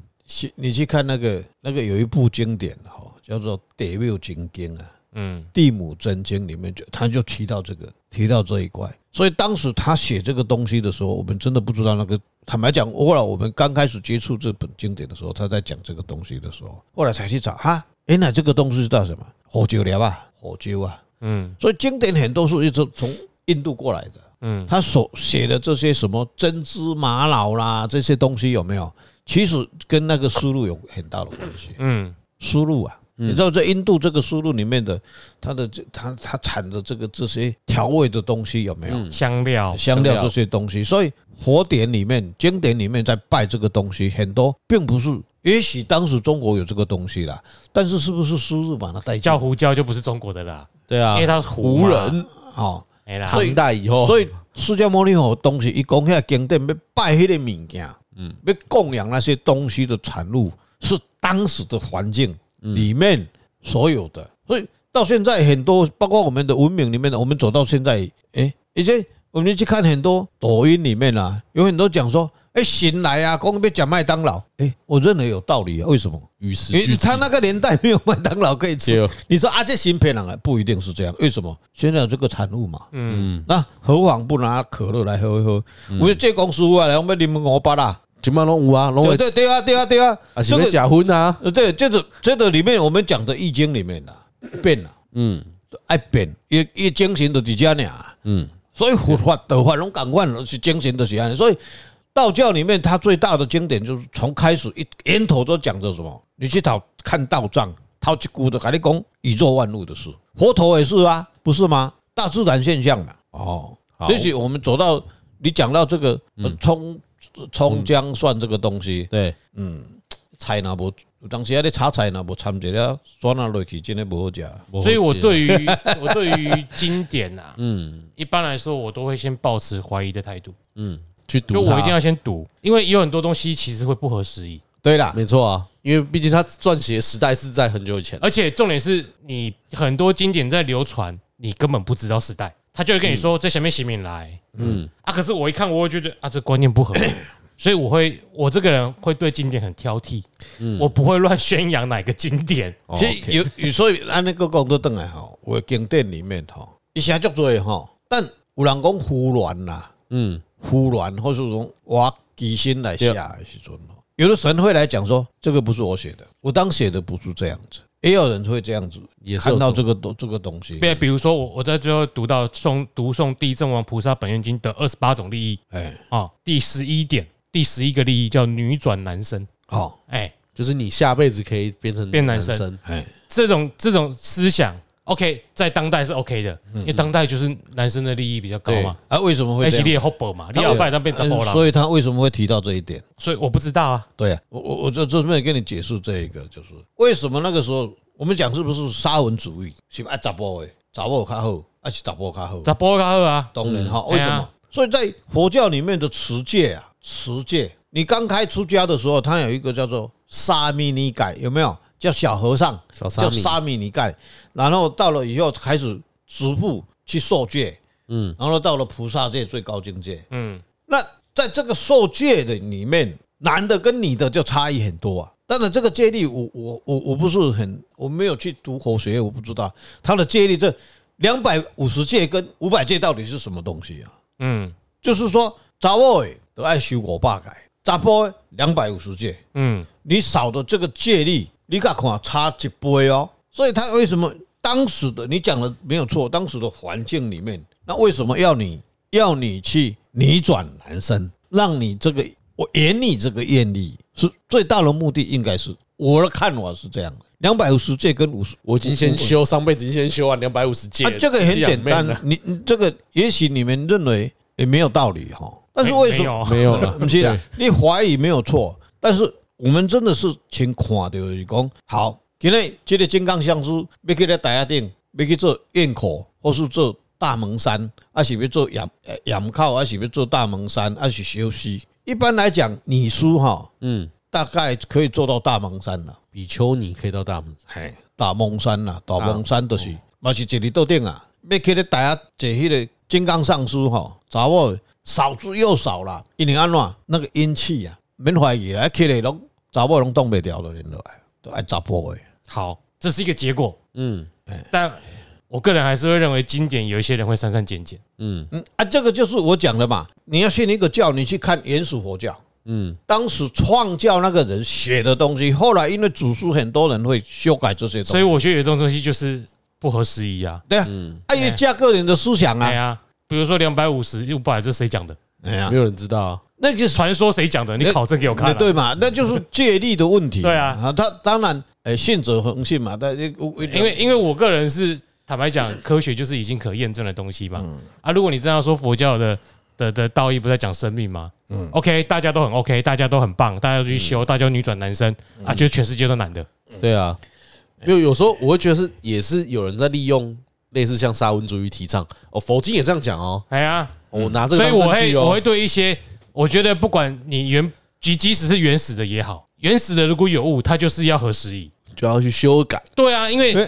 [SPEAKER 3] 你去看那个那个有一部经典哈，叫做《地母真经》啊，
[SPEAKER 1] 嗯，
[SPEAKER 3] 《地母真经》里面就他就提到这个，提到这一块。所以当时他写这个东西的时候，我们真的不知道那个。坦白讲，后来我们刚开始接触这本经典的时候，他在讲这个东西的时候，后来才去找哈，原来这个东西叫什么？火酒疗啊，火酒啊。
[SPEAKER 1] 嗯
[SPEAKER 3] 所以经典很多是一直从印度过来的。
[SPEAKER 1] 嗯，
[SPEAKER 3] 他所写的这些什么针织玛瑙啦，这些东西有没有？其实跟那个输入有很大的关系。
[SPEAKER 1] 嗯，
[SPEAKER 3] 输入啊，你知道在印度这个输入里面的，它的这它它产的这个这些调味的东西有没有？
[SPEAKER 1] 香料，
[SPEAKER 3] 香
[SPEAKER 2] 嗯
[SPEAKER 3] 料
[SPEAKER 2] 香料
[SPEAKER 3] 这些东西，所以佛典里面、经典里面在拜这个东西很多，并不是。也许当时中国有这个东西啦，但是是不是输入把它带进
[SPEAKER 1] 叫？胡椒就不是中国的啦，
[SPEAKER 2] 对啊
[SPEAKER 1] 因为它是胡
[SPEAKER 2] 胡
[SPEAKER 1] 嘛
[SPEAKER 2] 人
[SPEAKER 3] 哦，
[SPEAKER 1] 没啦，
[SPEAKER 2] 唐代以后，
[SPEAKER 3] 所以释迦牟尼佛东西，一讲遐经典要拜迄个物件，嗯，要供养那些东西的产物，是当时的环境里面所有的。所以到现在很多，包括我们的文明里面的，我们走到现在，诶、以前我们去看很多抖音里面啊，有很多讲说，诶、醒来啊，光被讲麦当劳，诶、我认为有道理啊，为什么？
[SPEAKER 2] 与时
[SPEAKER 3] 因为
[SPEAKER 2] 俱
[SPEAKER 3] 他那个年代没有麦当劳可以吃
[SPEAKER 2] 对，
[SPEAKER 3] 你说啊，这新骗人啊，不一定是这样，为什么？现在有这个产物嘛，
[SPEAKER 1] 嗯，
[SPEAKER 3] 那啊何妨不拿可乐来喝一喝？
[SPEAKER 2] 嗯
[SPEAKER 3] 我说这公司啊，来我们啉五八啦。
[SPEAKER 2] 金马龙五啊，龙
[SPEAKER 3] 对
[SPEAKER 2] 尾
[SPEAKER 3] 对对啊，对啊，对啊。
[SPEAKER 2] 啊，是
[SPEAKER 3] 这
[SPEAKER 2] 不是
[SPEAKER 3] 个
[SPEAKER 2] 假婚啊？
[SPEAKER 3] 呃对，这个这个里面我们讲的《易经》里面的啊变了，
[SPEAKER 2] 嗯
[SPEAKER 3] 爱变，也也精神都伫遮尔。
[SPEAKER 2] 嗯，
[SPEAKER 3] 啊所以佛法、道法拢共款，是精神都是安尼。所以道教里面它最大的经典就是从开始一源头都讲的什么？你去讨看道藏，讨一句的跟你讲宇宙万物的事，佛陀也是啊，不是吗？大自然现象嘛。
[SPEAKER 2] 哦，
[SPEAKER 3] 也许我们走到你讲到这个
[SPEAKER 2] 嗯
[SPEAKER 3] 呃葱葱姜蒜这个东西，
[SPEAKER 2] 对，
[SPEAKER 3] 菜那无，有当时啊你炒菜那无掺一了蒜啊落去，真的嗯不好食。
[SPEAKER 1] 所以我对于 我对于经典啊，
[SPEAKER 2] 嗯
[SPEAKER 1] 一般来说我都会先抱持怀疑的态度，
[SPEAKER 2] 嗯去读
[SPEAKER 1] 就
[SPEAKER 2] 它，
[SPEAKER 1] 我一定要先读，因为有很多东西其实会不合时宜，
[SPEAKER 3] 对啦，
[SPEAKER 2] 没错啊，因为毕竟他撰写时代是在很久以前，
[SPEAKER 1] 而且重点是你很多经典在流传，你根本不知道时代，他就会跟你说这前面写明来，嗯啊，可是我一看我会觉得啊这观念不合，所以我会我这个人会对经典很挑剔，我不会乱宣扬哪个经典，
[SPEAKER 2] 哦
[SPEAKER 3] 其
[SPEAKER 2] OK
[SPEAKER 3] 实有有所以按那个讲到转来吼，我经典里面吼，伊写足多的吼，但有人讲胡乱啦，
[SPEAKER 2] 嗯，
[SPEAKER 3] 胡乱或是讲我机心来写的时阵吼，有的神会来讲说这个不是我写的，我当写的不是这样子，也有人会这样子
[SPEAKER 2] 也是有
[SPEAKER 3] 看到
[SPEAKER 2] 这
[SPEAKER 3] 这个东这个东西，
[SPEAKER 1] 比比如说我我在最后读到诵读诵《地藏王菩萨本愿经》的二十八种利益
[SPEAKER 3] 哎，
[SPEAKER 1] 啊、第十一点，第十一个利益叫女转男生，
[SPEAKER 3] 好，
[SPEAKER 1] 哎、
[SPEAKER 2] 就是你下辈子可以变成
[SPEAKER 1] 变男
[SPEAKER 2] 生，
[SPEAKER 1] 生
[SPEAKER 3] 哎。
[SPEAKER 1] 这种这种思想，OK，在当代是 OK 的，因为当代就是男生的利益比较高
[SPEAKER 3] 嗯对
[SPEAKER 1] 嘛，
[SPEAKER 3] 啊，为什么会
[SPEAKER 1] 那是
[SPEAKER 3] 这样
[SPEAKER 1] 你？的 hope 嘛，你老板当变成波
[SPEAKER 3] 嗯
[SPEAKER 1] 了，
[SPEAKER 3] 所以他为什么会提到这一点？
[SPEAKER 1] 啊所以我不知道啊，
[SPEAKER 3] 对啊，我我我这这边跟你解释这一个，就是为什么那个时候我们讲是不是沙文主义，是不是爱查甫的，查某较好，还是查甫较好？
[SPEAKER 1] 咋波高二啊？
[SPEAKER 3] 当然哈，
[SPEAKER 1] 嗯
[SPEAKER 3] 为什
[SPEAKER 1] 哎
[SPEAKER 3] 么
[SPEAKER 1] 呀？
[SPEAKER 3] 所以在佛教里面的持戒啊，持戒，你刚开出家的时候，它有一个叫做沙弥尼改，有没有？叫小和尚，
[SPEAKER 2] 小沙
[SPEAKER 3] 叫
[SPEAKER 2] 弥
[SPEAKER 3] 沙弥尼改。然后到了以后开始直步去受戒，
[SPEAKER 2] 嗯，
[SPEAKER 3] 然后到了菩萨戒最高境界，
[SPEAKER 1] 嗯，
[SPEAKER 3] 那在这个受戒的里面，男的跟女的就差异很多啊。当然，这个戒律我我我我不是很，我没有去读口学，我不知道他的戒律这两百五十戒跟五百戒到底是什么东西啊？
[SPEAKER 1] 嗯
[SPEAKER 3] 就是说，查某的都爱修五百戒，查甫两百五十戒，
[SPEAKER 1] 嗯，
[SPEAKER 3] 你少的这个戒律，你敢看差一倍哦。所以他为什么当时的你讲的没有错，当时的环境里面，那为什么要你要你去逆转男生，让你这个我演你这个艳丽，是最大的目的应该是我的看法是这样的，两百五十戒跟五十，
[SPEAKER 2] 我已经先修，上辈子已经先修完两百五十戒
[SPEAKER 3] 啊，，这个很简
[SPEAKER 2] 养
[SPEAKER 3] 单
[SPEAKER 2] 妹呢，
[SPEAKER 3] 你你这个也许你们认为也没有道理哈，但是为什么
[SPEAKER 1] 没有啊
[SPEAKER 2] 没有 了，啊
[SPEAKER 3] 不是啦，你怀疑没有错，但是我们真的是先看到就是讲，好，今天这个金刚相书要去咧台下顶，要去做堰口，或是做大门山，还是要做岩呃岩口，还是要做大门山，还是休息。一般来讲，你书哈，
[SPEAKER 2] 嗯，
[SPEAKER 3] 大概可以做到大蒙山了，
[SPEAKER 2] 比丘尼可以到大门，
[SPEAKER 3] 嘿，大蒙山啦，大蒙山
[SPEAKER 1] 啊
[SPEAKER 3] 就是，嘛是一日到顶啊，要去咧台下坐迄个金刚上书吼，查某的少之又少啦，因为安怎那个阴气啊，免怀疑啦，去咧拢查某拢挡袂牢了，连落来都爱查甫的。
[SPEAKER 1] 好，这是一个结果，哎
[SPEAKER 2] 嗯
[SPEAKER 1] 但我个人还是会认为经典有一些人会删删减减。
[SPEAKER 2] 嗯
[SPEAKER 3] 嗯啊，这个就是我讲的嘛。你要信一个教，你去看原始佛教，
[SPEAKER 2] 嗯，
[SPEAKER 3] 当时创教那个人写的东西，后来因为祖师很多人会修改这些东
[SPEAKER 1] 所
[SPEAKER 3] 西，
[SPEAKER 1] 以我觉得有一种东西就是不合时宜啊。
[SPEAKER 3] 对啊，啊，因为架个人的思想
[SPEAKER 1] 哎
[SPEAKER 3] 啊，
[SPEAKER 1] 呀，比如说两百五十、六百，这谁讲的？
[SPEAKER 3] 哎呀
[SPEAKER 2] 没，有人知道啊。
[SPEAKER 3] 那就是
[SPEAKER 1] 传说谁讲的？你考证给我看、啊。
[SPEAKER 3] 对嘛，那就是借力的问题。
[SPEAKER 1] 对啊
[SPEAKER 3] 他当然，哎，信者恒信嘛，但是
[SPEAKER 1] 因为因为我个人是坦白讲，科学就是已经可验证的东西嘛。
[SPEAKER 2] 嗯
[SPEAKER 1] 啊，如果你真要说佛教的的的道义不是在讲生命吗？嗯，OK，大家都很 OK，大家都很棒，大家都去
[SPEAKER 2] 嗯
[SPEAKER 1] 修，大家都女转男生啊，觉得全世界都男的。
[SPEAKER 2] 对啊，因为有时候我会觉得是也是有人在利用类似像沙文主义提倡哦，佛经也这样讲哦，
[SPEAKER 1] 哎呀，
[SPEAKER 2] 我拿这个
[SPEAKER 1] 所以
[SPEAKER 2] 当
[SPEAKER 1] 我
[SPEAKER 2] 证
[SPEAKER 1] 会
[SPEAKER 2] 据
[SPEAKER 1] 我
[SPEAKER 2] 哦
[SPEAKER 1] 会。对一些我觉得不管你原即即使是原始的也好，原始的如果有误，它就是要合时宜。
[SPEAKER 2] 就要去修改。
[SPEAKER 1] 对啊，因为
[SPEAKER 3] 对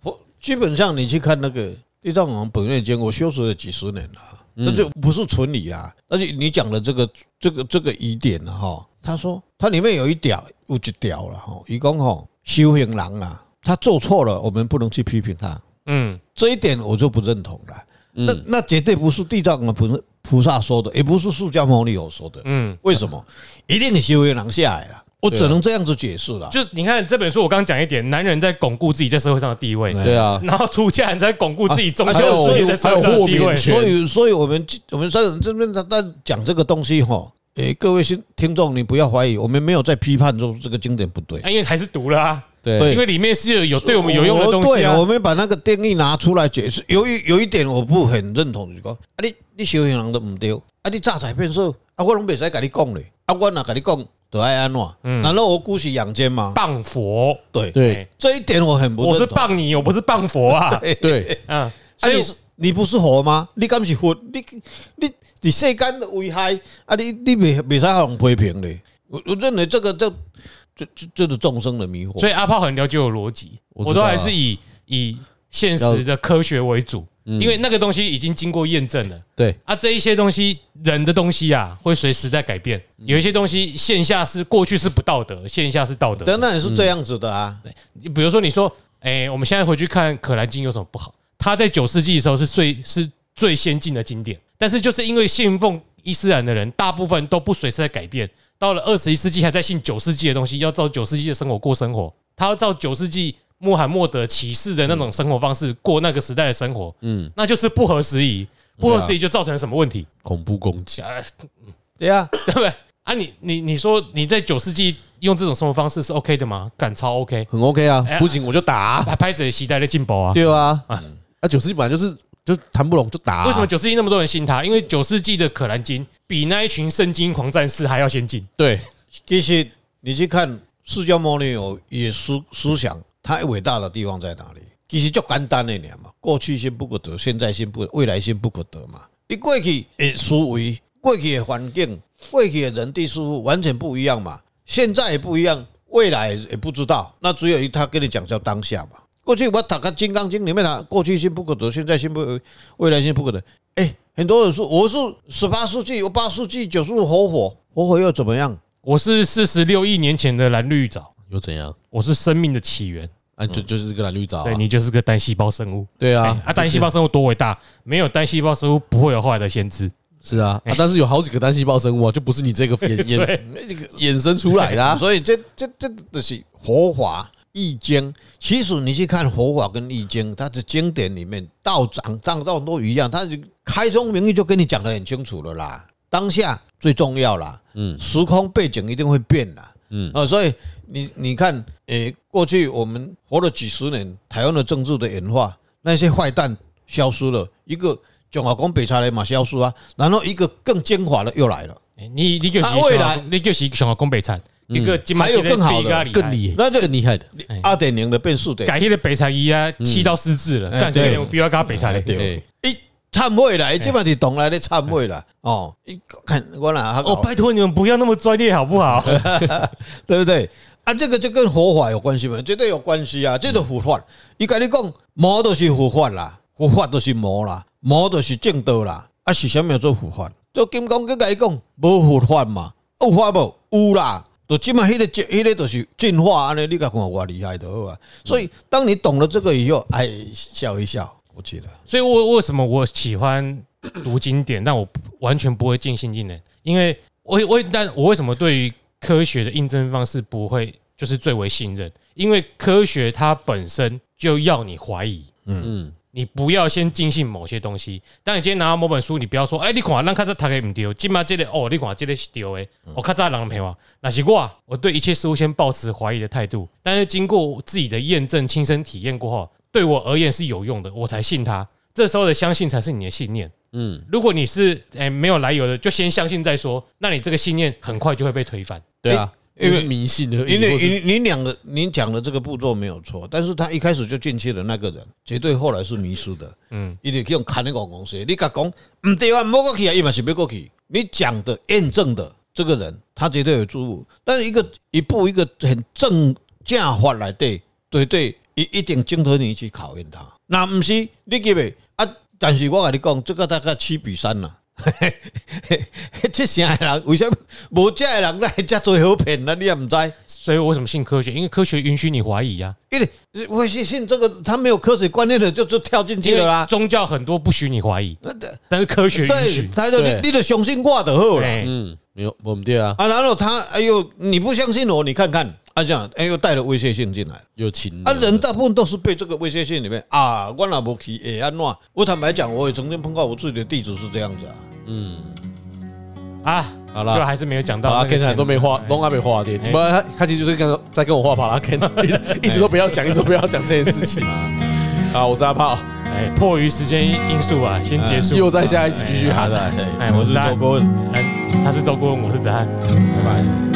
[SPEAKER 3] 佛基本上你去看那个《地藏王本愿经》，我修持了几十年了，
[SPEAKER 1] 嗯
[SPEAKER 3] 那就不是纯理啦。而且你讲的这个这个这个疑点啊哈，他说它里面有一条有一条了哈，一共哈修行人啊，他做错了，我们不能去批评他，
[SPEAKER 1] 嗯，
[SPEAKER 3] 这一点我就不认同了。那
[SPEAKER 2] 嗯
[SPEAKER 3] 那绝对不是地藏王菩萨菩萨说的，也不是释迦牟尼佛说的。
[SPEAKER 1] 嗯，
[SPEAKER 3] 为什么？一定修为能下来了，我
[SPEAKER 2] 对啊
[SPEAKER 3] 只能这样子解释了。
[SPEAKER 1] 就你看这本书，我刚刚讲一点，男人在巩固自己在社会上的地位，
[SPEAKER 2] 对啊，
[SPEAKER 1] 然后出家人在巩固自己宗
[SPEAKER 3] 啊还有
[SPEAKER 1] 教自己在社会上
[SPEAKER 2] 还有
[SPEAKER 1] 的
[SPEAKER 2] 豁
[SPEAKER 1] 地
[SPEAKER 2] 免
[SPEAKER 1] 位。
[SPEAKER 2] 权
[SPEAKER 3] 所以，所以我们我们三人这边在在讲这个东西哈，诶，各位听听众，你不要怀疑，我们没有在批判说这个经典不对
[SPEAKER 1] 啊，。因为还是读了啊，
[SPEAKER 2] 对
[SPEAKER 3] 对
[SPEAKER 1] 因为里面是有有对我们有用的东西
[SPEAKER 3] 对，我
[SPEAKER 1] 啊。
[SPEAKER 3] 们把那个定义拿出来解释。由于有一点我不很认同，就是讲，啊，你你修行人都唔对，啊，你诈财骗色，啊，我拢未使跟你讲咧，啊，我哪跟你讲，都爱安怎？
[SPEAKER 1] 嗯
[SPEAKER 3] 难道我姑息养奸吗？
[SPEAKER 1] 谤佛，哎
[SPEAKER 3] 对，
[SPEAKER 2] 对
[SPEAKER 3] 这一点我很不
[SPEAKER 1] 我
[SPEAKER 3] 认
[SPEAKER 1] 是
[SPEAKER 3] 同。
[SPEAKER 1] 谤你，我不是谤佛啊。
[SPEAKER 2] 对，
[SPEAKER 1] 嗯，
[SPEAKER 3] 啊，
[SPEAKER 1] 所以
[SPEAKER 3] 你是你不是佛吗？你敢是佛？你你你世间的危害啊！你你未未使互人批评的。我我认为这个这这这这是众生的迷惑。
[SPEAKER 1] 所以阿炮很了解我逻辑，
[SPEAKER 2] 我
[SPEAKER 1] 我
[SPEAKER 2] 知
[SPEAKER 1] 都
[SPEAKER 2] 道啊
[SPEAKER 1] 还是以以现实的科学为主，
[SPEAKER 3] 嗯
[SPEAKER 1] 因为那个东西已经经过验证了。
[SPEAKER 2] 对，
[SPEAKER 1] 啊，这一些东西，人的东西啊，会随时代改变。有一些东西线下是过去是不道德，线下是道德的。
[SPEAKER 3] 当然也是这样子的啊。
[SPEAKER 1] 你比如说，你说，哎，我们现在回去看《可兰经》有什么不好？它在九世纪的时候是最是最先进的经典，但是就是因为信奉伊斯兰的人，大部分都不随时在改变。到了二十一世纪，还在信九世纪的东西，要照九世纪的生活过生活，他要照九世纪穆罕默德启示的那种生活方式过那个时代的生活，
[SPEAKER 2] 嗯，
[SPEAKER 1] 那就是不合时宜。不合时宜就造成什么问题？
[SPEAKER 2] 恐怖攻击，
[SPEAKER 1] 啊
[SPEAKER 3] 对啊，
[SPEAKER 1] 对不对？啊你，你你说你在九世纪用这种生活方式是 OK 的吗？赶超 OK，
[SPEAKER 2] 很 OK 啊
[SPEAKER 1] 哎，
[SPEAKER 2] 不行我就打啊，
[SPEAKER 1] 还拍谁携带的进宝啊？
[SPEAKER 2] 对啊
[SPEAKER 1] 啊，
[SPEAKER 2] 啊九十一本来就是就谈不拢就打啊，
[SPEAKER 1] 为什么九世纪那么多人信他？因为九世纪的可兰经比那一群圣经狂战士还要先进。
[SPEAKER 2] 对
[SPEAKER 3] 其实你去看释迦牟尼佛也思思想，他伟大的地方在哪里？其实就简单一点嘛，过去心不可得，现在心不可，未来心不可得嘛。你过去的思维、过去的环境、过去的人地事物完全不一样嘛，现在也不一样，未来也不知道。那只有一他跟你讲叫当下嘛。过去我打个《金刚经》里面的过去心不可得，现在心不可，未来心不可得。哎、很多人说我是十八世纪，我八世纪，九世活火，活火又怎么样？
[SPEAKER 1] 我是四十六亿年前的蓝绿藻，
[SPEAKER 2] 又怎样？
[SPEAKER 1] 我是生命的起源。
[SPEAKER 2] 啊，就就是这个蓝绿藻啊，
[SPEAKER 1] 嗯对你就是个单细胞生物。
[SPEAKER 2] 对
[SPEAKER 1] 哎
[SPEAKER 2] 啊，
[SPEAKER 1] 啊，单细胞生物多伟大！没有单细胞生物，不会有后来的先知。
[SPEAKER 2] 是啊，
[SPEAKER 1] 哎
[SPEAKER 2] 啊但是有好几个单细胞生物啊，就不是你 这个衍衍衍生出来的啊，
[SPEAKER 3] 所以这这这就是佛法易经。其实你去看佛法跟易经，它的经典里面道长、藏道都一样，它就开宗明义就跟你讲的很清楚了啦。嗯当下最重要啦，
[SPEAKER 2] 嗯
[SPEAKER 3] 时空背景一定会变啦。
[SPEAKER 2] 嗯
[SPEAKER 3] 啊，所以你你看，诶，过去我们活了几十年，台湾的政治的演化，那些坏蛋消失了，一个中华宫北茶来嘛消失啊，然后一个更精华的又来了。
[SPEAKER 1] 哎你你就是
[SPEAKER 3] 啊未来嗯
[SPEAKER 1] 熊猫你就是熊猫宫北产，一个金马
[SPEAKER 3] 还有更好的
[SPEAKER 2] 更厉
[SPEAKER 3] 那就
[SPEAKER 2] 更厉害的，
[SPEAKER 3] 二点零的变数得
[SPEAKER 1] 哎改天的北茶衣啊，气到失智了，
[SPEAKER 3] 嗯哎
[SPEAKER 1] 感
[SPEAKER 3] 对哎
[SPEAKER 1] 觉我必须要跟他北
[SPEAKER 2] 哎
[SPEAKER 1] 茶嘞。
[SPEAKER 3] 对，一忏悔
[SPEAKER 1] 哎
[SPEAKER 3] 啦，伊即嘛是动来咧忏悔啦，哦，伊看我哪
[SPEAKER 1] 哦，
[SPEAKER 3] 哦，
[SPEAKER 1] 拜托你们不要那么专业好不 好？
[SPEAKER 3] 对不对？啊，这个就跟佛法有关系嘛，绝对有关系啊，这个佛法，伊甲你讲魔都是佛法啦，佛法都是魔啦，魔都是正道啦，啊是啥物叫做佛法？就金刚跟甲你讲无佛法嘛，有法无？有啦。就即嘛，迄个迄个就是进化安尼，你甲看偌厉害就好啊。所以，当你懂了这个以后，哎，笑一笑，我记得。
[SPEAKER 1] 所以我为什么我喜欢读经典，但我完全不会尽信尽能，因为我我但我为什么对于科学的印证方式不会就是最为信任？因为科学它本身就要你怀疑，
[SPEAKER 2] 嗯，
[SPEAKER 1] 你不要先尽信某些东西。当你今天拿到某本书，你不要说，哎、你看咱看这读的唔对，今嘛这个哦，你看这个是对的，我看这人骗我，那啊是我，我对一切事物先抱持怀疑的态度，但是经过自己的验证、亲身体验过后，对我而言是有用的，我才信它。这时候的相信才是你的信念。
[SPEAKER 2] 嗯，
[SPEAKER 1] 如果你是哎、没有来由的，就先相信再说，那你这个信念很快就会被推翻。
[SPEAKER 2] 对啊，
[SPEAKER 1] 哎
[SPEAKER 3] 因
[SPEAKER 2] 因
[SPEAKER 3] 为
[SPEAKER 2] 为迷信的，
[SPEAKER 3] 因为
[SPEAKER 2] 或是
[SPEAKER 3] 你你两个你讲的这个步骤没有错，但是他一开始就进去的那个人，绝对后来是迷失的。嗯，一直去用砍那个公司，你甲讲唔对啊，摸过去啊，伊嘛是要过去。你讲的验证的这个人，他绝对有错误，但是一个一步一个很正正法来对对对，一一定经得你去考验他。那不是你记未啊？但是我跟你讲，这个大概七比三啦、 这些人为什么无这的人来遮做好骗呢？你也唔知。
[SPEAKER 1] 所以我为什么信科学？因为科学允许你怀疑啊呀、
[SPEAKER 3] 因为我信信这个，他没有科学观念的，就就跳进
[SPEAKER 1] 啊。
[SPEAKER 3] 去了啦。
[SPEAKER 1] 宗教很多不许你怀疑，
[SPEAKER 3] 那的
[SPEAKER 1] 但是科学允
[SPEAKER 3] 对，
[SPEAKER 1] 许。
[SPEAKER 3] 他就你
[SPEAKER 2] 对
[SPEAKER 3] 你就相信我就好了
[SPEAKER 1] 哎
[SPEAKER 2] 嗯，没有，我们对啊，
[SPEAKER 3] 啊。然后他哎呦，你不相信我，你看看啊，这样哎呦带了威胁性进来
[SPEAKER 2] 有情
[SPEAKER 3] 啊。
[SPEAKER 2] 的
[SPEAKER 3] 人大部分都是被这个威胁性里面啊，我若无去会安怎？我坦白讲，我也曾经碰到我自己的弟子是这样子啊。
[SPEAKER 2] 嗯，
[SPEAKER 1] 啊，
[SPEAKER 2] 好
[SPEAKER 1] 就
[SPEAKER 2] 啦。
[SPEAKER 1] 还是没有讲到
[SPEAKER 2] 好
[SPEAKER 1] 那
[SPEAKER 2] 啦
[SPEAKER 1] 个
[SPEAKER 2] k e
[SPEAKER 1] 钱。
[SPEAKER 2] n 都没画，都还没画的，
[SPEAKER 1] 哎
[SPEAKER 2] 不然他他其实就是刚刚在跟我画 巴拉 Ken，一直一直都不要讲，一直都不要讲这件事情。好，我是阿炮，
[SPEAKER 1] 哎，迫于时间因素啊，先结束。
[SPEAKER 2] 嗯又在下一集继续喊。
[SPEAKER 3] 的，
[SPEAKER 1] 哎我是
[SPEAKER 3] 周
[SPEAKER 1] 张
[SPEAKER 3] 国文。
[SPEAKER 1] 哎，他是周顾问，我是子涵。
[SPEAKER 2] 拜拜。